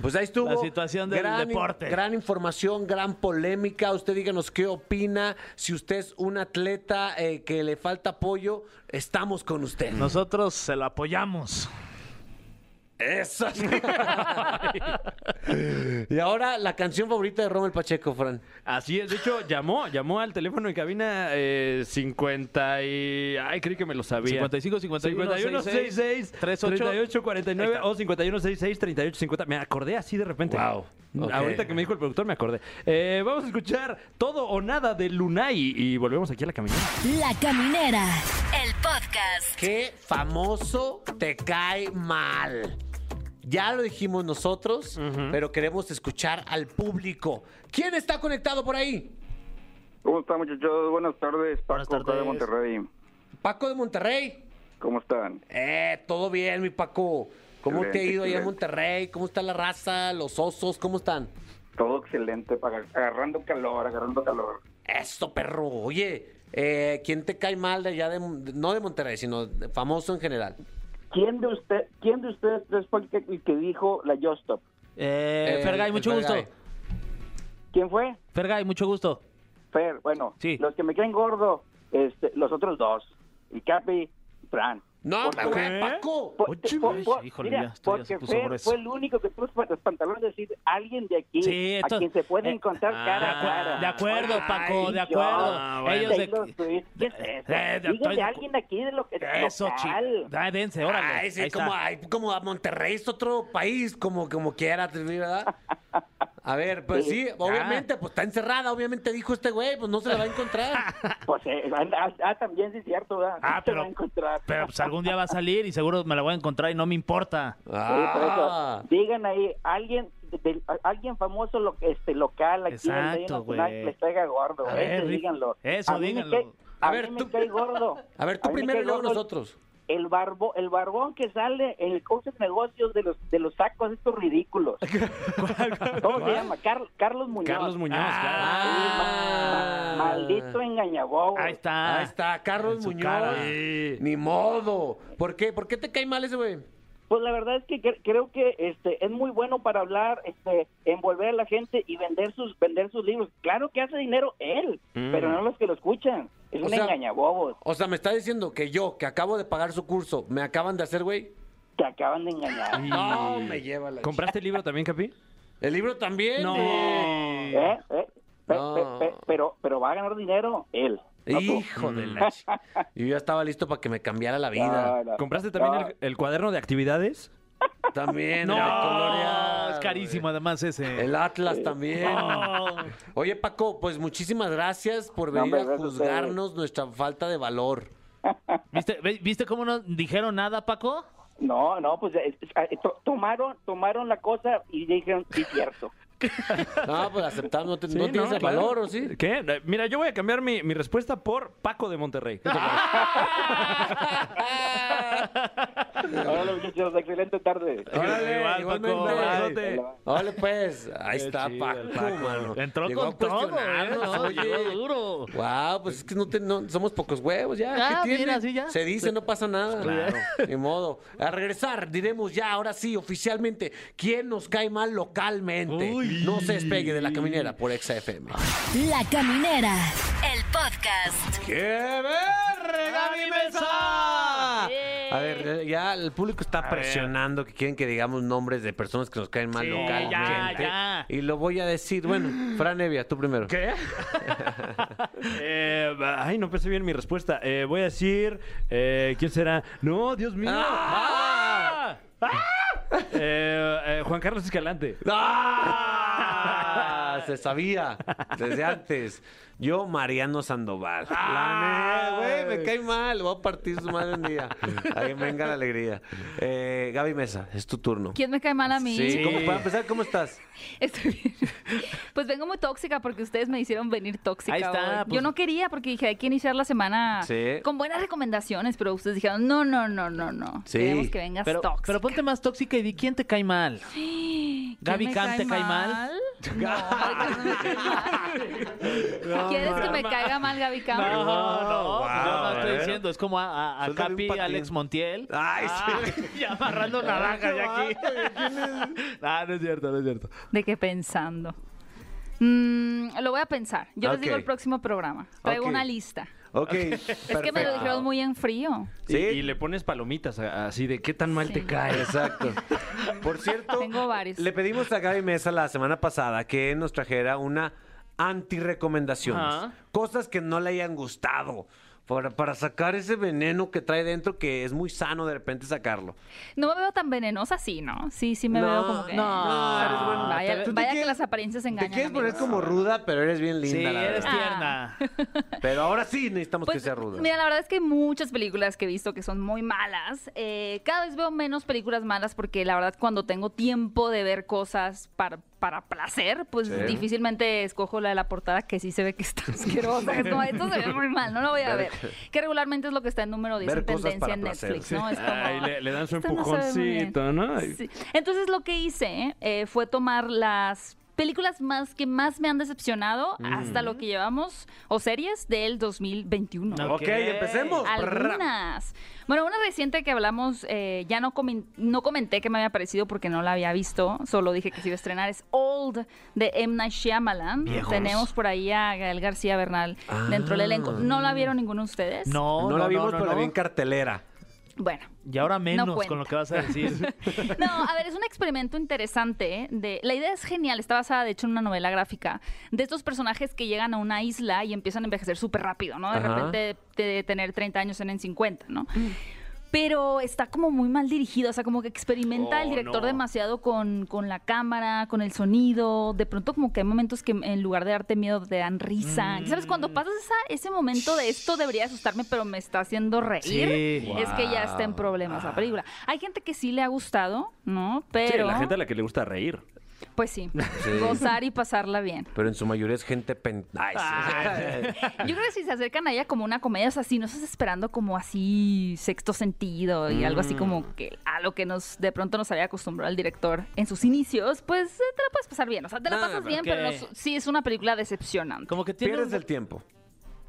Speaker 2: Pues ahí estuvo.
Speaker 3: La situación del
Speaker 2: gran,
Speaker 3: deporte.
Speaker 2: Gran información, gran polémica. Usted díganos qué opina. Si usted es un atleta eh, que le falta apoyo, estamos con usted.
Speaker 3: Nosotros se lo apoyamos.
Speaker 2: Eso. y ahora la canción favorita de Romel Pacheco, Fran.
Speaker 4: Así es, de hecho, llamó, llamó al teléfono en cabina eh, 50 y... Ay, creí que me lo sabía.
Speaker 3: 55, 51,
Speaker 4: 5166
Speaker 3: 38.
Speaker 4: 3849 o 5166 3850. Me acordé así de repente. Mm,
Speaker 2: Wow, ok.
Speaker 4: Ahorita que me dijo el productor me acordé. Eh, vamos a escuchar todo o nada de Lunay y volvemos aquí a la caminera.
Speaker 5: La Caminera, el podcast.
Speaker 2: ¿Qué famoso te cae mal? Ya lo dijimos nosotros, pero queremos escuchar al público. ¿Quién está conectado por ahí?
Speaker 11: ¿Cómo están, muchachos? Buenas tardes, Paco,
Speaker 3: Buenas
Speaker 11: acá de
Speaker 3: tardes.
Speaker 11: Monterrey.
Speaker 2: Paco de Monterrey.
Speaker 11: ¿Cómo están?
Speaker 2: Eh, todo bien, mi Paco. ¿Cómo te ha
Speaker 11: Excelente,
Speaker 2: ido allá en
Speaker 11: excelente.
Speaker 2: Monterrey? ¿Cómo está la raza? ¿Los osos? ¿Cómo están?
Speaker 11: Todo excelente, para, agarrando calor, agarrando calor.
Speaker 2: Eso, perro. Oye, eh, ¿quién te cae mal de allá de, no de Monterrey, sino de- famoso en general?
Speaker 11: ¿Quién de usted, quién de ustedes tres fue el que, el que dijo la Yostop?
Speaker 3: Eh,
Speaker 2: Eh,
Speaker 3: Fergay,
Speaker 2: el
Speaker 3: mucho
Speaker 2: Fergay.
Speaker 3: gusto.
Speaker 11: ¿Quién fue?
Speaker 3: Fergay, mucho gusto.
Speaker 11: Fer, bueno,
Speaker 3: Sí.
Speaker 11: los que me caen gordo, este, los otros dos, el Capi, Fran.
Speaker 2: No,
Speaker 11: Porque-
Speaker 2: güey, Paco.
Speaker 11: por-
Speaker 3: Oye,
Speaker 11: por-
Speaker 3: güey,
Speaker 11: por-
Speaker 3: híjole,
Speaker 11: mira,
Speaker 3: ya, esto ya se
Speaker 11: porque
Speaker 3: puso
Speaker 11: Fer
Speaker 3: grueso.
Speaker 11: fue el único que puso los pantalones de decir alguien de aquí
Speaker 3: Sí,
Speaker 11: a
Speaker 3: entonces-
Speaker 11: quien se puede
Speaker 3: eh,
Speaker 11: encontrar cara a cara.
Speaker 3: De acuerdo,
Speaker 11: Ay,
Speaker 3: Paco, de
Speaker 11: yo,
Speaker 3: acuerdo.
Speaker 4: bueno.
Speaker 3: Ellos
Speaker 11: Taylor
Speaker 3: de...
Speaker 11: Swift, ¿qué es eso?
Speaker 3: Eh, de-
Speaker 11: Díganle
Speaker 3: estoy-
Speaker 11: a alguien de aquí de lo que
Speaker 3: Eso,
Speaker 11: local.
Speaker 3: chicos. Ah, dense, órale.
Speaker 2: Ay, sí,
Speaker 3: Ahí está.
Speaker 2: como, ay, como a Monterrey es otro país, como, como quiera, ¿verdad? A ver, pues sí, obviamente,
Speaker 3: Ah.
Speaker 2: pues está encerrada, obviamente dijo este güey, pues no se la va a encontrar.
Speaker 11: Pues, eh, ah, ah, también sí es cierto, ¿verdad?
Speaker 3: Ah,
Speaker 11: Sí se
Speaker 3: pero-
Speaker 11: va a encontrar.
Speaker 3: Pero pues algún día va a salir y seguro me la voy a encontrar y no me importa.
Speaker 11: Sí, por eso,
Speaker 2: Ah,
Speaker 11: Digan ahí, alguien de, de a- alguien famoso lo, este, local aquí en
Speaker 3: Exacto,
Speaker 11: el Estadio Nacional
Speaker 3: güey.
Speaker 11: que les caiga gordo.
Speaker 3: A
Speaker 11: Ese
Speaker 3: ver, Rick,
Speaker 11: díganlo.
Speaker 3: eso,
Speaker 11: a mí me
Speaker 3: díganlo.
Speaker 11: cae-
Speaker 2: A
Speaker 11: a
Speaker 2: ver,
Speaker 11: mí
Speaker 2: tú-
Speaker 11: me cae gordo.
Speaker 2: A ver, tú
Speaker 11: mí me
Speaker 2: primero y
Speaker 11: cae
Speaker 2: luego
Speaker 11: gordo
Speaker 2: nosotros.
Speaker 11: El, barbo, el barbón que sale en el coach de negocios de los, de los sacos estos ridículos. ¿Cómo se llama? Car- Carlos Muñoz.
Speaker 4: Carlos Muñoz,
Speaker 11: claro.
Speaker 3: Ah.
Speaker 11: Maldito engañabobos.
Speaker 3: Ahí
Speaker 2: Ah, Ahí está, Carlos Muñoz. Ni modo. ¿Por qué? ¿Por qué te cae mal ese güey?
Speaker 11: Pues la verdad es que cre- creo que este es muy bueno para hablar, este, envolver a la gente y vender sus vender sus libros. Claro que hace dinero él,
Speaker 2: Mm.
Speaker 11: pero no los que lo escuchan. Es
Speaker 2: O
Speaker 11: un
Speaker 2: sea-
Speaker 11: engañabobos.
Speaker 2: O sea, me está diciendo que yo, que acabo de pagar su curso, me acaban de hacer, güey.
Speaker 11: Te acaban de engañar.
Speaker 2: No, me lleva la.
Speaker 4: ¿Compraste el libro también, Capi?
Speaker 2: El libro también.
Speaker 4: No.
Speaker 11: ¿Eh? ¿Eh? Pe- pe- pe- pero pero va a ganar dinero él. no tú.
Speaker 2: Hijo de la. ch- Yo ya estaba listo para que me cambiara la vida.
Speaker 11: No, no.
Speaker 4: ¿Compraste también
Speaker 11: No.
Speaker 4: el, el cuaderno de actividades?
Speaker 2: También.
Speaker 3: No,
Speaker 2: el de colorear,
Speaker 3: es carísimo además ese.
Speaker 2: El Atlas también. Oye, Paco, pues muchísimas gracias por
Speaker 11: No,
Speaker 2: venir
Speaker 11: hombre,
Speaker 2: a
Speaker 11: gracias a ustedes.
Speaker 2: juzgarnos nuestra falta de valor.
Speaker 3: ¿Viste, ve- ¿Viste cómo no dijeron nada, Paco?
Speaker 11: No, no, pues eh, eh, to- tomaron tomaron la cosa y dijeron, sí, cierto.
Speaker 2: No, pues aceptar, no, te-
Speaker 4: Sí,
Speaker 2: no tienes el
Speaker 4: claro.
Speaker 2: valor, ¿o sí?
Speaker 4: ¿Qué? Eh, Mira, yo voy a cambiar mi, mi respuesta por Paco de Monterrey. ¿Qué te parece?
Speaker 11: Hola, muchachos, excelente tarde.
Speaker 2: Órale,
Speaker 3: Igual,
Speaker 2: igualmente.
Speaker 3: Paco,
Speaker 2: Órale.
Speaker 11: bye.
Speaker 2: Órale, pues, ahí
Speaker 3: Qué
Speaker 2: está
Speaker 3: chido el
Speaker 2: Paco,
Speaker 3: Paco.
Speaker 2: mano.
Speaker 3: Entró
Speaker 2: Llegó
Speaker 3: con
Speaker 2: a
Speaker 3: todo,
Speaker 2: cuestionarnos,
Speaker 3: ¿eh? No,
Speaker 2: oye.
Speaker 3: llegó duro.
Speaker 2: Wow, pues es que no, te- no- somos pocos huevos ya.
Speaker 3: Ah,
Speaker 2: ¿Qué tiene?
Speaker 3: mira, sí, ya.
Speaker 2: Se dice, no pasa nada.
Speaker 3: Pues Claro.
Speaker 2: Ni modo. A regresar, diremos ya, ahora sí, oficialmente, ¿quién nos cae mal localmente?
Speaker 12: Uy.
Speaker 2: No se despegue de la caminera por XFM.
Speaker 12: La Caminera, el podcast.
Speaker 2: ¡Qué verga mi mesa! A ver, eh, ya el público está presionando que quieren que digamos nombres de personas que nos caen mal
Speaker 3: Sí,
Speaker 2: localmente.
Speaker 3: ya, ya.
Speaker 2: Y lo voy a decir. Bueno, Fran Evia, tú primero.
Speaker 4: ¿Qué? Eh, ay, no pensé bien mi respuesta. Eh, voy a decir. eh, ¿Quién será? No, Dios mío.
Speaker 2: ¡Ah!
Speaker 4: ¡Ah! Eh, eh, Juan Carlos Escalante.
Speaker 2: ¡Ah! Se sabía desde antes. Yo, Mariano Sandoval. La ne- güey, me cae mal. Voy a partir su madre un día. Ahí venga la alegría. Eh, Gaby Mesa, es tu turno.
Speaker 13: ¿Quién me cae mal a mí?
Speaker 2: Sí, ¿cómo, para empezar, ¿cómo estás?
Speaker 13: Estoy bien. Pues vengo muy tóxica porque ustedes me hicieron venir tóxica.
Speaker 2: Ahí está,
Speaker 13: hoy.
Speaker 2: pues.
Speaker 13: Yo no quería porque dije, hay que iniciar la semana
Speaker 3: Sí.
Speaker 13: con buenas recomendaciones, pero ustedes dijeron, no, no, no, no, no.
Speaker 3: Sí.
Speaker 13: Queremos que vengas
Speaker 3: Pero,
Speaker 13: tóxica.
Speaker 3: pero ponte más tóxica y di quién te cae mal.
Speaker 13: ¿Quién
Speaker 3: Gaby
Speaker 13: me
Speaker 3: Cam, ¿te cae mal?
Speaker 13: ¿Quieres que me caiga mal Gaby Cam?
Speaker 3: No, no,
Speaker 2: wow,
Speaker 3: yo no estoy
Speaker 2: ¿eh?
Speaker 3: diciendo. Es como a, a- a
Speaker 2: Suéltale un
Speaker 3: Capi,
Speaker 2: patín.
Speaker 3: Alex Montiel.
Speaker 2: Ay,
Speaker 3: sí. Ah, Ya amarrando naranja ya aquí. Ah, no es cierto, no es cierto.
Speaker 13: ¿De qué pensando? Mm, lo voy a pensar. Yo les digo
Speaker 2: Ok.
Speaker 13: el próximo programa. Traigo
Speaker 2: Ok.
Speaker 13: una lista.
Speaker 2: Ok.
Speaker 13: Es que me lo dijeron muy en frío.
Speaker 4: Y, y le pones palomitas a- así de qué tan mal te cae.
Speaker 2: Exacto. Por cierto,
Speaker 13: Tengo varios.
Speaker 2: le pedimos a Gaby Mesa la semana pasada que nos trajera una anti-recomendaciones.
Speaker 3: Ajá.
Speaker 2: Cosas que no le hayan gustado. Para, para sacar ese veneno que trae dentro que es muy sano de repente sacarlo.
Speaker 13: No me veo tan venenosa, sí, ¿no? Sí, sí me
Speaker 2: No,
Speaker 13: veo como que...
Speaker 2: no, Ah, eres buena.
Speaker 13: Vaya,
Speaker 2: Tú te
Speaker 13: vaya
Speaker 2: quieres-
Speaker 13: que las apariencias engañan.
Speaker 2: Te quieres
Speaker 13: amigos.
Speaker 2: poner como ruda, pero eres bien linda.
Speaker 3: Sí,
Speaker 2: la
Speaker 3: eres
Speaker 2: verdad.
Speaker 3: tierna.
Speaker 2: Pero ahora sí necesitamos que
Speaker 13: Pues,
Speaker 2: sea ruda.
Speaker 13: Mira, la verdad es que hay muchas películas que he visto que son muy malas. Eh, cada vez veo menos películas malas porque la verdad cuando tengo tiempo de ver cosas para, para placer, pues
Speaker 14: Sí.
Speaker 13: difícilmente escojo la de la portada que sí se ve que está asquerosa. Es como, esto se ve muy mal, no lo voy a
Speaker 4: Ver-
Speaker 13: ver. Que regularmente es lo que está en número 10
Speaker 4: Ver
Speaker 13: en
Speaker 4: cosas
Speaker 13: tendencia
Speaker 4: para
Speaker 13: en
Speaker 4: placer.
Speaker 13: Netflix, ¿no? Es como-
Speaker 4: Ay, le, le dan su
Speaker 13: Esto no se ve muy bien.
Speaker 4: empujoncito, ¿no? Ay.
Speaker 13: Sí. Entonces lo que hice eh, fue tomar las películas más que más me han decepcionado
Speaker 2: Mm.
Speaker 13: hasta lo que llevamos o series del 2021.
Speaker 2: Ok, Ok, empecemos.
Speaker 13: Algunas. Bueno, una reciente que hablamos, eh, ya no, comen- no comenté que me había parecido porque no la había visto, solo dije que se iba a estrenar, es Old de M. Night Shyamalan.
Speaker 2: Viejos.
Speaker 13: Tenemos por ahí a Gael García Bernal dentro del elenco. ¿No la vieron ninguno de ustedes?
Speaker 3: No,
Speaker 2: Ah. no la vimos,
Speaker 3: no,
Speaker 2: pero la
Speaker 3: no.
Speaker 2: vi en cartelera.
Speaker 13: Bueno.
Speaker 3: Y ahora menos
Speaker 13: cuenta.
Speaker 3: con lo que vas a decir.
Speaker 13: No, a ver, es un experimento interesante. ¿eh? De, la idea es genial, está basada de hecho en una novela gráfica de estos personajes que llegan a una isla y empiezan a envejecer súper rápido, ¿no? De
Speaker 14: Ajá.
Speaker 13: repente de, de tener 30 años en en 50, ¿no? Pero está como muy mal dirigido, o sea, como que experimenta
Speaker 14: Oh,
Speaker 13: el director
Speaker 14: no.
Speaker 13: demasiado con, con la cámara, con el sonido. De pronto como que hay momentos que en lugar de darte miedo te dan risa. ¿Sabes? Cuando pasas esa- ese momento de esto debería asustarme, pero me está haciendo reír,
Speaker 4: Sí.
Speaker 13: es que ya está en
Speaker 4: Wow.
Speaker 13: problemas la película. Hay gente que sí le ha gustado, ¿no? Pero...
Speaker 4: Sí, la gente a la que le gusta reír.
Speaker 13: Pues sí,
Speaker 15: Sí.
Speaker 13: gozar y pasarla bien.
Speaker 15: Pero en su mayoría es gente pen... Ay, sí.
Speaker 13: Yo creo que si se acercan a ella como una comedia, o sea, si no estás esperando como así sexto sentido y algo así
Speaker 15: Mm.
Speaker 13: como que a lo que nos de pronto nos había acostumbrado el director en sus inicios, pues eh, te la puedes pasar bien. O sea, te la
Speaker 15: Ah,
Speaker 13: pasas bien, pero no
Speaker 15: ok.
Speaker 13: su- sí es una película decepcionante.
Speaker 3: Como que
Speaker 15: Pierdes el tiempo.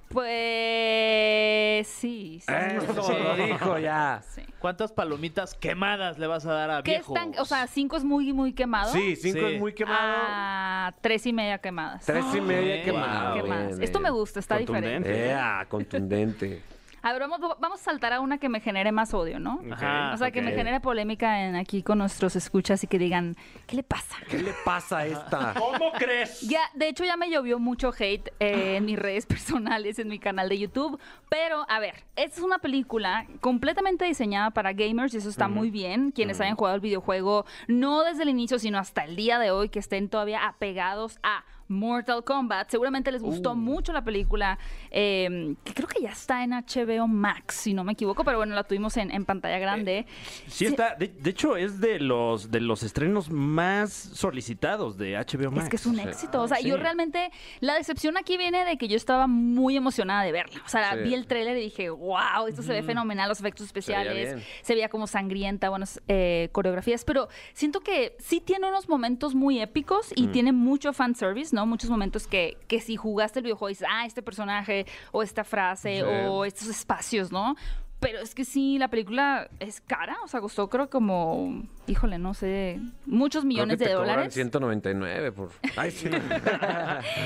Speaker 13: Pues sí. sí.
Speaker 15: Eso lo dijo ya.
Speaker 3: ¿Cuántas palomitas quemadas le vas a dar a
Speaker 13: ¿Qué
Speaker 3: viejo?
Speaker 13: están? O sea, cinco es muy, muy quemado.
Speaker 3: Sí, cinco Sí. es muy
Speaker 15: quemado.
Speaker 13: Ah, tres y media quemadas.
Speaker 15: Tres y media
Speaker 13: Ah,
Speaker 15: quemada.
Speaker 13: quemadas.
Speaker 15: bien,
Speaker 13: Esto
Speaker 15: bien.
Speaker 13: me gusta, está diferente.
Speaker 15: Ea, contundente.
Speaker 13: A ver, vamos, vamos a saltar a una que me genere más odio, ¿no?
Speaker 15: Ajá,
Speaker 13: o sea, que me
Speaker 15: ok.
Speaker 13: genere polémica en, aquí con nuestros escuchas y que digan, ¿qué le pasa?
Speaker 15: ¿Qué le pasa a esta?
Speaker 4: ¿Cómo crees?
Speaker 13: Pues, Ya, de hecho, ya me llovió mucho hate eh, en mis redes personales, en mi canal de YouTube. Pero, a ver, esta es una película completamente diseñada para gamers y eso está muy bien. Quienes hayan jugado el videojuego, no desde el inicio, sino hasta el día de hoy, que estén todavía apegados a Mortal Kombat. Seguramente les gustó mucho la película, eh, que creo que ya está en HBO Max, si no me equivoco, pero bueno, la tuvimos en, en pantalla grande.
Speaker 4: Sí, está. De, de hecho, es de los de los estrenos más solicitados de HBO Max.
Speaker 13: Es que es un éxito. O sea,
Speaker 4: Sí.
Speaker 13: yo realmente. La decepción aquí viene de que yo estaba muy emocionada de verla. O sea,
Speaker 4: Sí.
Speaker 13: vi el tráiler y dije, wow, esto se ve
Speaker 16: Ujú.
Speaker 13: fenomenal, los efectos especiales. Se
Speaker 16: bien.
Speaker 13: veía, como sangrienta, buenas eh, coreografías. Pero siento que sí tiene unos momentos muy épicos y
Speaker 16: Mm.
Speaker 13: tiene mucho fanservice, ¿no? Muchos momentos que, que si jugaste el videojuego dices, ah, este personaje, o esta frase,
Speaker 16: Sí.
Speaker 13: o estos espacios, ¿no? Pero es que sí, la película es cara, o sea, costó creo como, híjole, no sé, muchos millones
Speaker 15: Creo que te
Speaker 13: de
Speaker 15: cobran
Speaker 13: dólares.
Speaker 15: 199 por. Ay, sí.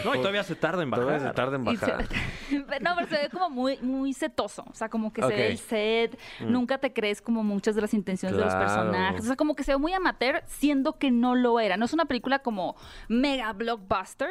Speaker 4: No, y todavía se tarda en bajar.
Speaker 15: Todavía se tarda en
Speaker 13: Y se-
Speaker 15: bajar.
Speaker 13: Pero no, pero se ve como muy, muy setoso. O sea, como que se ve
Speaker 15: Ok.
Speaker 13: el set.
Speaker 15: Mm.
Speaker 13: Nunca te crees como muchas de las intenciones de los
Speaker 16: Claro.
Speaker 13: personajes. O sea, como que se ve muy amateur, siendo que no lo era. No es una película como mega blockbuster,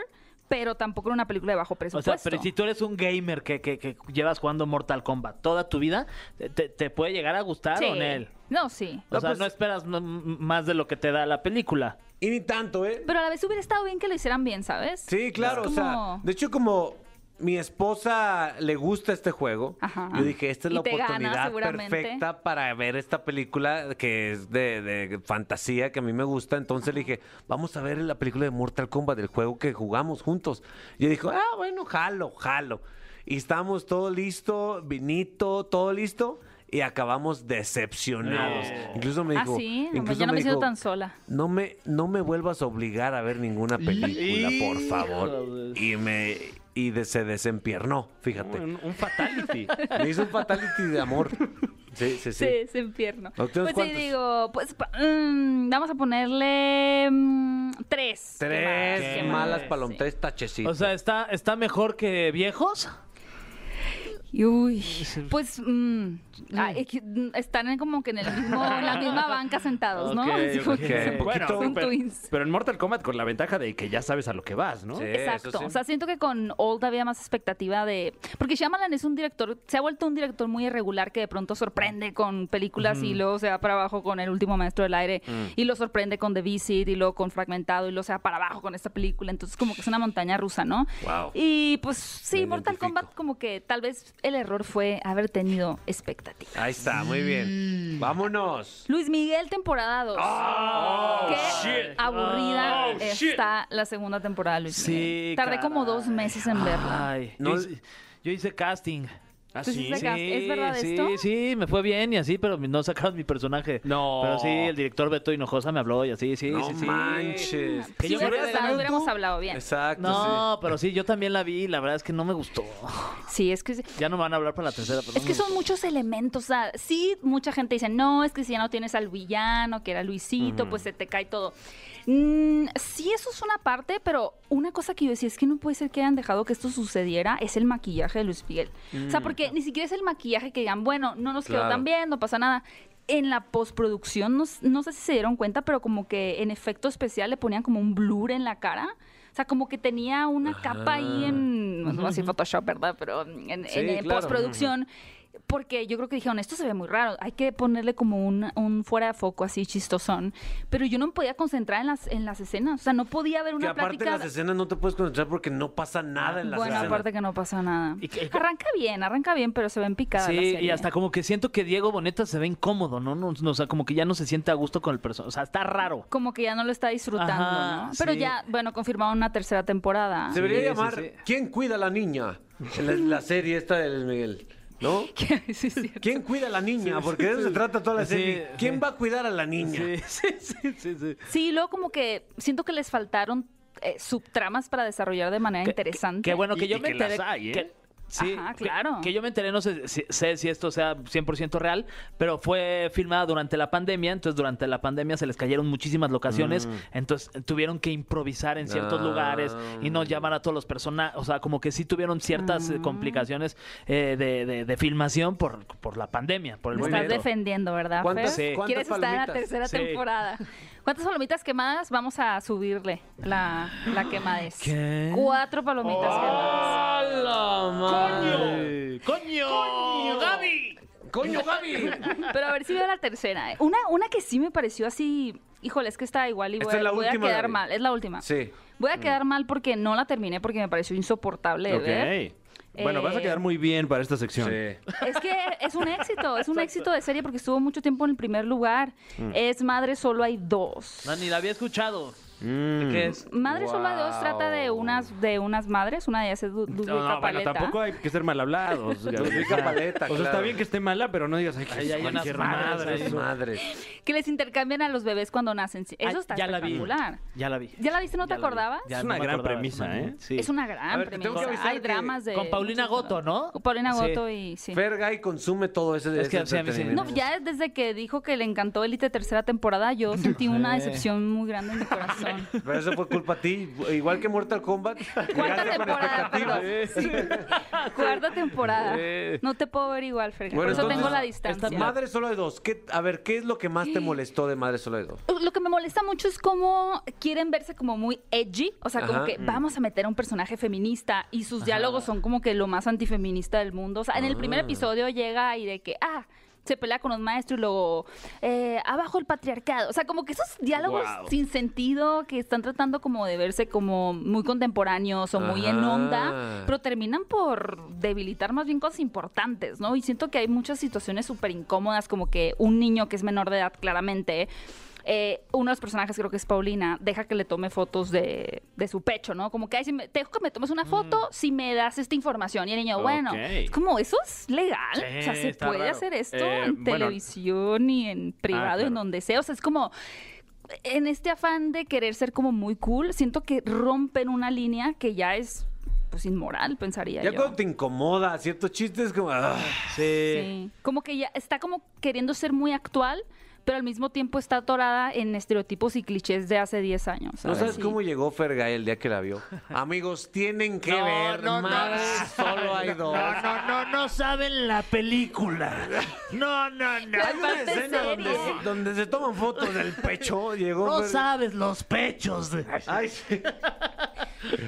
Speaker 13: pero tampoco era una película de bajo
Speaker 3: O
Speaker 13: presupuesto.
Speaker 3: sea, pero si tú eres un gamer que, que- que llevas jugando Mortal Kombat toda tu vida, te, te puede llegar a gustar
Speaker 13: Sí.
Speaker 3: o en él.
Speaker 13: No, sí.
Speaker 3: O sea, no esperas no- m- más de lo que te da la película.
Speaker 2: Y ni tanto, ¿eh?
Speaker 13: Pero a la vez hubiera estado bien que lo hicieran bien, ¿sabes?
Speaker 2: Sí, claro,
Speaker 13: Es
Speaker 2: o sea,
Speaker 13: como-
Speaker 2: de hecho como mi esposa le gusta este juego,
Speaker 13: Ajá.
Speaker 2: yo dije, esta es
Speaker 13: Y
Speaker 2: la
Speaker 13: te gana,
Speaker 2: oportunidad
Speaker 13: seguramente.
Speaker 15: perfecta para ver esta película que es de, de fantasía, que a mí me gusta. Entonces le dije, vamos a ver la película de Mortal Kombat, del juego que jugamos juntos. Y ella dijo, ah, bueno, jalo, jalo. Y estábamos todo listo, vinito, todo listo. Y acabamos decepcionados.
Speaker 13: No.
Speaker 15: Incluso me dijo,
Speaker 13: ah, sí, No,
Speaker 15: incluso
Speaker 13: ya no me, siento
Speaker 15: dijo,
Speaker 13: tan sola.
Speaker 15: no me, no me vuelvas a obligar a ver ninguna película, por favor. Y me y de- se desempiernó, fíjate.
Speaker 4: Un, un fatality.
Speaker 15: Me hizo un fatality de amor. Sí, sí, sí.
Speaker 13: Sí, es infierno.
Speaker 15: ¿A
Speaker 13: Pues
Speaker 15: ustedes
Speaker 13: sí,
Speaker 15: cuántos?
Speaker 13: digo, pues pa- mm, vamos a ponerle mm, tres.
Speaker 15: Tres
Speaker 13: Qué
Speaker 15: malas palomitas, tres tachecitos.
Speaker 3: O sea, ¿está, ¿está mejor que viejos?
Speaker 13: Y uy, pues mm, ah, es que, mm, están en como que en el mismo, en la misma banca sentados, ¿no? Así como que se- son
Speaker 4: Eh, pero,
Speaker 13: twins.
Speaker 4: pero en Mortal Kombat con la ventaja de que ya sabes a lo que vas, ¿no?
Speaker 13: Exacto. O sea, siento que con Old había más expectativa de. Porque Shyamalan es un director, se ha vuelto un director muy irregular que de pronto sorprende con películas y
Speaker 16: Mm. Ujú.
Speaker 13: luego se va para abajo con El último maestro del aire
Speaker 16: Mm.
Speaker 13: y lo sorprende con The Visit y luego con Fragmentado y luego se va para abajo con esta película. Entonces, como que es una montaña rusa, ¿no?
Speaker 16: Wow.
Speaker 13: Y pues sí, Mortal Kombat, como que tal vez el error fue haber tenido expectativa.
Speaker 15: Ahí está, muy bien. Vámonos.
Speaker 13: Luis Miguel, temporada 2. Qué aburrida
Speaker 16: Oh, shit.
Speaker 13: está la segunda temporada de Luis
Speaker 3: Sí,
Speaker 13: Miguel. Eh, Tardé como dos meses en verla.
Speaker 3: Ay, yo, hice, yo hice casting.
Speaker 13: ¿Ah, ¿Tú sí? hiciste cast- es verdad esto?
Speaker 3: Sí, sí, me fue bien y así, pero no sacaron mi personaje. No. Pero sí, el director Beto Hinojosa me habló y así, sí,
Speaker 15: No
Speaker 3: sí, sí.
Speaker 15: manches.
Speaker 3: Que
Speaker 13: Si
Speaker 3: yo me
Speaker 13: hubiera
Speaker 3: quedé-
Speaker 13: estado, hubiéramos hablado bien.
Speaker 15: Exacto.
Speaker 3: No, pero sí, yo también la vi y la verdad es que no me gustó.
Speaker 13: Sí, es que...
Speaker 3: Ya no me van a hablar para la tercera, pero
Speaker 13: Es que son muchos elementos. O sea, sí, mucha gente dice, no, es que si ya no tienes al villano, que era Luisito,
Speaker 16: Ujú.
Speaker 13: pues se te cae todo. Mm, sí, eso es una parte, pero una cosa que yo decía es que no puede ser que hayan dejado que esto sucediera es el maquillaje de Luis Miguel. O sea,
Speaker 16: Mm.
Speaker 13: porque ni siquiera es el maquillaje que digan, bueno, no nos quedó
Speaker 16: Claro.
Speaker 13: tan bien, no pasa nada. En la postproducción, no, s- no sé si se dieron cuenta, pero como que en efecto especial le ponían como un blur en la cara. O sea, como que tenía una capa ahí en... No sé si Photoshop, ¿verdad? Pero en, en-
Speaker 16: Sí,
Speaker 13: en
Speaker 16: claro.
Speaker 13: postproducción. porque yo creo que dijeron, esto se ve muy raro, hay que ponerle como un, un fuera de foco así chistosón. Pero yo no me podía concentrar en las, en las escenas, o sea, no podía ver
Speaker 17: Que
Speaker 13: una
Speaker 17: aparte en
Speaker 13: plática...
Speaker 17: las escenas no te puedes concentrar porque no pasa nada en las
Speaker 13: Bueno,
Speaker 17: escenas.
Speaker 13: aparte que no pasa nada. Arranca bien, arranca bien, pero se ven picadas la
Speaker 3: Sí, y
Speaker 13: serie.
Speaker 3: hasta como que siento que Diego Boneta se ve incómodo, ¿no? No, no, O sea, como que ya no se siente a gusto con el personaje. O sea, está raro.
Speaker 13: Como que ya no lo está disfrutando,
Speaker 3: Ajá,
Speaker 13: ¿no? Pero
Speaker 3: sí.
Speaker 13: ya, bueno, confirmaron una tercera temporada.
Speaker 2: Se debería llamar ¿Quién cuida a la niña? En la, la serie esta del Miguel. ¿No?
Speaker 17: ¿Quién cuida a la niña?
Speaker 2: Sí,
Speaker 17: Porque de eso
Speaker 2: sí.
Speaker 17: se trata toda la
Speaker 2: Sí.
Speaker 17: serie. ¿Quién va a cuidar a la niña?
Speaker 13: Sí, luego como que siento que les faltaron eh, subtramas para desarrollar de manera interesante.
Speaker 3: Qué bueno que yo me enteré.
Speaker 4: ¿eh?
Speaker 3: que- sí,
Speaker 13: Ajá,
Speaker 3: que-
Speaker 13: claro.
Speaker 3: Que, yo me enteré, no sé si, sé si esto sea 100% real, pero fue filmada durante la pandemia, entonces durante la pandemia se les cayeron muchísimas locaciones,
Speaker 2: Mm.
Speaker 3: entonces tuvieron que improvisar en ciertos
Speaker 2: Ah.
Speaker 3: lugares y no llamar a todos los personajes, o sea, como que sí tuvieron ciertas eh,
Speaker 13: Mm.
Speaker 3: complicaciones eh, de, de- de filmación por, por la pandemia, por el
Speaker 13: Me estás
Speaker 3: momento.
Speaker 13: defendiendo, ¿verdad,
Speaker 3: ¿Cuántas-
Speaker 13: Fer?
Speaker 3: sí. ¿Cuántas
Speaker 13: ¿Quieres estar en la
Speaker 3: palomitas?
Speaker 13: tercera
Speaker 3: Sí.
Speaker 13: temporada? ¿Cuántas palomitas quemadas? Vamos a subirle la, la quemadez.
Speaker 3: ¿Qué?
Speaker 13: Cuatro palomitas quemadas.
Speaker 3: ¡Hala, madre! ¡Coño!
Speaker 13: ¡Coño!
Speaker 3: ¡Gaby! ¡Coño, Gaby!
Speaker 13: Pero a ver si veo la tercera. eh. Una, una que sí me pareció así... Híjole, es que está igual y
Speaker 2: Esta
Speaker 13: voy,
Speaker 2: es la
Speaker 13: voy a
Speaker 2: última,
Speaker 13: quedar
Speaker 2: Gaby.
Speaker 13: mal. Es la última.
Speaker 2: Sí.
Speaker 13: Voy a quedar mal porque no la terminé porque me pareció insoportable de ver.
Speaker 4: Ok. Bueno, vas a
Speaker 13: Eh,
Speaker 4: quedar muy bien para esta sección.
Speaker 13: Es que es un éxito, es un éxito de serie porque estuvo mucho tiempo en el primer lugar.
Speaker 4: Mm.
Speaker 13: Es Madre Solo Hay Dos.
Speaker 3: No, ni la había escuchado.
Speaker 4: Mm.
Speaker 3: ¿Qué es?
Speaker 13: Madre Solo Hay Dos trata de
Speaker 4: Wow.
Speaker 13: unas, de unas madres, una de ellas es Du- Duduca
Speaker 4: No, no, bueno,
Speaker 13: Paleta.
Speaker 4: tampoco hay que ser mal hablados. Gaby.
Speaker 2: Duplica
Speaker 4: O sea,
Speaker 2: paleta,
Speaker 4: O sea, está
Speaker 2: claro.
Speaker 4: bien que esté mala, pero no digas ay,
Speaker 2: Ay, hay
Speaker 4: que es
Speaker 2: unas
Speaker 4: cualquier
Speaker 2: madres,
Speaker 4: madre.
Speaker 2: hay madres.
Speaker 13: Que les intercambian a los bebés cuando nacen. Eso
Speaker 3: Ay,
Speaker 13: está
Speaker 3: Ah, ya la vi.
Speaker 13: espectacular.
Speaker 3: Ya la vi.
Speaker 13: ¿Ya la viste? ¿No te
Speaker 3: Ya la vi.
Speaker 13: acordabas?
Speaker 3: Ya
Speaker 4: Es
Speaker 3: no
Speaker 4: una
Speaker 3: me
Speaker 4: gran
Speaker 3: acordaba,
Speaker 4: premisa,
Speaker 3: hermano.
Speaker 4: ¿eh?
Speaker 3: Sí.
Speaker 13: Es una gran
Speaker 2: A ver, te
Speaker 13: premisa.
Speaker 2: tengo que avisar
Speaker 13: Hay
Speaker 2: que
Speaker 13: dramas de...
Speaker 3: Con Paulina Goto, ¿no?
Speaker 13: Paulina
Speaker 2: Sí.
Speaker 13: Goto y... Sí.
Speaker 2: Ferga y consume todo ese
Speaker 3: Es que
Speaker 2: ese
Speaker 3: sí, a mí sí.
Speaker 13: No,
Speaker 2: entretenimiento.
Speaker 13: ya desde que dijo que le encantó Elite tercera temporada, yo sentí una
Speaker 2: Sí.
Speaker 13: decepción muy grande en mi corazón.
Speaker 2: Pero eso fue culpa a ti. Igual que Mortal Kombat. llegaste con
Speaker 13: temporada,
Speaker 2: expectativas. ¿eh?
Speaker 13: Cuarta temporada.
Speaker 2: Sí.
Speaker 13: No te puedo ver igual, Fer.
Speaker 2: Bueno,
Speaker 13: Por eso
Speaker 2: entonces,
Speaker 13: tengo la distancia.
Speaker 2: esta Madre solo de dos. ¿Qué- a ver, ¿qué es lo que más te molestó de Madre solo de dos?
Speaker 13: Lo que me molesta mucho es cómo quieren verse como muy edgy. O sea, como
Speaker 2: Ajá.
Speaker 13: que
Speaker 2: Mm.
Speaker 13: vamos a meter a un personaje feminista y sus
Speaker 2: Ajá.
Speaker 13: diálogos son como que lo más antifeminista del mundo. O sea, en el primer
Speaker 2: Ah.
Speaker 13: episodio llega y de que, ah, se pelea con un maestro y luego, eh, abajo el patriarcado. O sea, como que esos diálogos
Speaker 18: Guau.
Speaker 13: sin sentido que están tratando como de verse como muy contemporáneos o muy en
Speaker 18: Ajá.
Speaker 13: onda, pero terminan por debilitar más bien cosas importantes, ¿no? Y siento que hay muchas situaciones súper incómodas, como que un niño que es menor de edad, claramente. eh, uno de los personajes, creo que es Paulina, deja que le tome fotos de, de su pecho, ¿no? Como que, "Ay, si me- te dejo que me tomes una foto si me das esta información. Y el niño, bueno,
Speaker 18: Mm. Ok.
Speaker 13: es como, ¿eso es legal?
Speaker 18: Sí,
Speaker 13: o sea, ¿se
Speaker 18: está
Speaker 13: puede
Speaker 18: raro.
Speaker 13: hacer esto
Speaker 18: Eh,
Speaker 13: en
Speaker 18: bueno. ah,
Speaker 13: televisión y en privado,
Speaker 18: claro.
Speaker 13: en donde sea? O sea, es como, en este afán de querer ser como muy cool, siento que rompen una línea que ya es pues inmoral, pensaría
Speaker 2: Ya
Speaker 13: yo.
Speaker 2: cuando te incomoda ciertos chistes como... ah,
Speaker 13: Sí. Como que ya está como queriendo ser muy actual, pero al mismo tiempo está atorada en estereotipos y clichés de hace 10 años.
Speaker 2: ¿No
Speaker 13: ¿sabes?
Speaker 2: sabes
Speaker 13: Sí.
Speaker 2: cómo llegó Fergay el día que la vio? Amigos, tienen que
Speaker 3: No,
Speaker 2: ver
Speaker 3: no, no.
Speaker 2: Madre Solo hay dos.
Speaker 3: No, no, no, no saben la película. No, no, no.
Speaker 2: Hay una escena donde se, donde se toman fotos del pecho, llegó...
Speaker 3: No
Speaker 2: Fer-
Speaker 3: sabes los pechos. de-
Speaker 2: Ay, sí.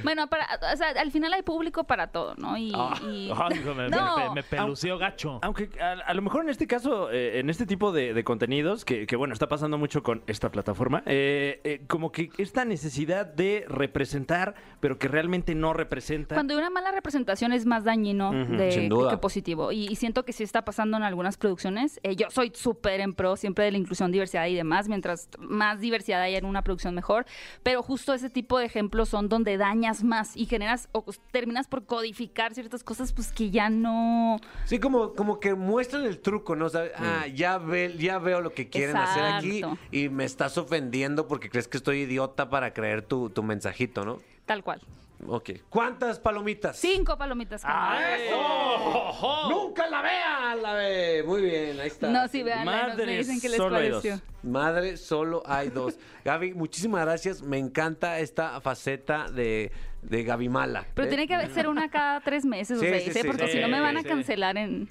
Speaker 13: Bueno, para, o sea, al final hay público para todo, ¿no? Y,
Speaker 4: Ah,
Speaker 13: y-
Speaker 4: ay, hijo, me-
Speaker 13: No.
Speaker 4: me- me
Speaker 3: pelució gacho.
Speaker 4: Aunque a, a lo mejor en este caso, eh, en este tipo de, de contenidos, que, que, bueno, está pasando mucho con esta plataforma, eh, eh, como que esta necesidad de representar, pero que realmente no representa.
Speaker 13: Cuando hay una mala representación es más dañino
Speaker 4: Ujú,
Speaker 13: de-
Speaker 4: sin duda.
Speaker 13: que positivo. Y, y siento que sí está pasando en algunas producciones. Eh, yo soy súper en pro siempre de la inclusión, diversidad y demás. Mientras más diversidad haya en una producción, mejor. Pero justo ese tipo de ejemplos son donde dañas más y generas o cos- terminas por codificar ciertas cosas pues que ya no...
Speaker 2: Sí, como, como que muestran el truco, ¿no? O sea, ah, ya, ve, ya veo lo que quieren hacer aquí
Speaker 13: Exacto.
Speaker 2: y me estás ofendiendo porque crees que estoy idiota para creer tu, tu mensajito, ¿no?
Speaker 13: Tal cual.
Speaker 2: Ok. ¿Cuántas palomitas?
Speaker 13: Cinco palomitas. con
Speaker 2: ¡Ah,
Speaker 13: nada.
Speaker 2: eso!
Speaker 3: ¡Oh!
Speaker 2: ¡Nunca la vean! La ve. Muy bien, ahí está.
Speaker 13: No, sí, véanla y nos- me Madre, dicen qué les solo hay pareció. dos.
Speaker 2: Madre, solo hay dos. Gaby, muchísimas gracias. Me encanta esta faceta de, de Gaby Mala.
Speaker 13: Pero
Speaker 2: ¿eh?
Speaker 13: tiene que ser una cada tres meses
Speaker 2: Sí,
Speaker 13: o
Speaker 2: sí,
Speaker 13: seis, ¿eh?
Speaker 2: sí.
Speaker 13: porque
Speaker 2: Sí,
Speaker 13: si no me van a
Speaker 2: sí.
Speaker 13: cancelar en...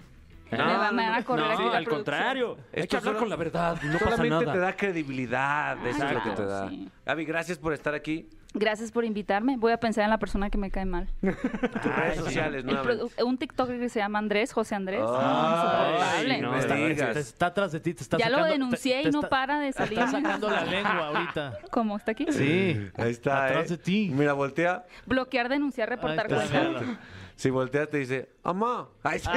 Speaker 2: No,
Speaker 13: me, va- me van a
Speaker 2: no,
Speaker 13: correr
Speaker 2: no,
Speaker 13: aquí de
Speaker 2: al
Speaker 13: producción.
Speaker 2: contrario. Hay que hablar con la verdad.
Speaker 4: no pasa
Speaker 2: Solamente
Speaker 4: nada.
Speaker 2: te da credibilidad. Eso es lo que
Speaker 4: Exacto,
Speaker 2: te da. Gaby, gracias por estar aquí.
Speaker 13: Gracias por invitarme. Voy a pensar en la persona que me cae mal.
Speaker 2: Tus redes sociales,
Speaker 13: El
Speaker 2: nuevamente.
Speaker 13: produ- un TikToker que se llama Andrés, José Andrés.
Speaker 2: Ay,
Speaker 13: Insoportable.
Speaker 2: no
Speaker 3: me
Speaker 2: está-
Speaker 3: digas.
Speaker 2: te-
Speaker 3: Está atrás de ti, te está
Speaker 13: ya lo
Speaker 3: sacando- te-
Speaker 13: denuncié
Speaker 3: te
Speaker 13: y no
Speaker 3: está-
Speaker 13: para de salir.
Speaker 3: Está sacando la lengua ahorita.
Speaker 13: ¿Cómo está aquí?
Speaker 2: Sí. Ahí está. Atrás de ti. Mira, voltea.
Speaker 13: Bloquear, denunciar, reportar cosas.
Speaker 2: Si voltea, te dice, ¡Amá! Ay, sí.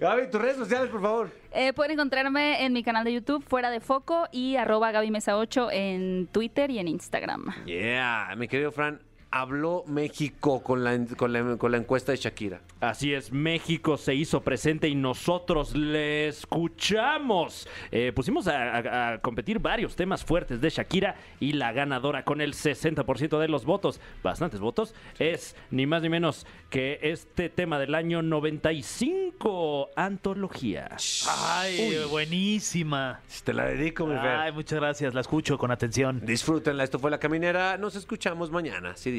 Speaker 2: Gaby, tus redes sociales, por favor.
Speaker 13: Eh, pueden encontrarme en mi canal de YouTube, Fuera de Foco, y arroba Gaby Mesa 8 en Twitter y en Instagram.
Speaker 2: Yeah, mi querido Fran, habló México con la, con la, con la encuesta de Shakira.
Speaker 4: Así es, México se hizo presente y nosotros le escuchamos. Eh, pusimos a, a- a competir varios temas fuertes de Shakira y la ganadora con el 60% de los votos, bastantes votos, es ni más ni menos que este tema del año 95, antología.
Speaker 3: Ay, buenísima.
Speaker 2: Te la dedico, mi Fer.
Speaker 3: Ay, muchas gracias. La escucho con atención.
Speaker 2: Disfrútenla, esto fue La Caminera. Nos escuchamos mañana, si Dios.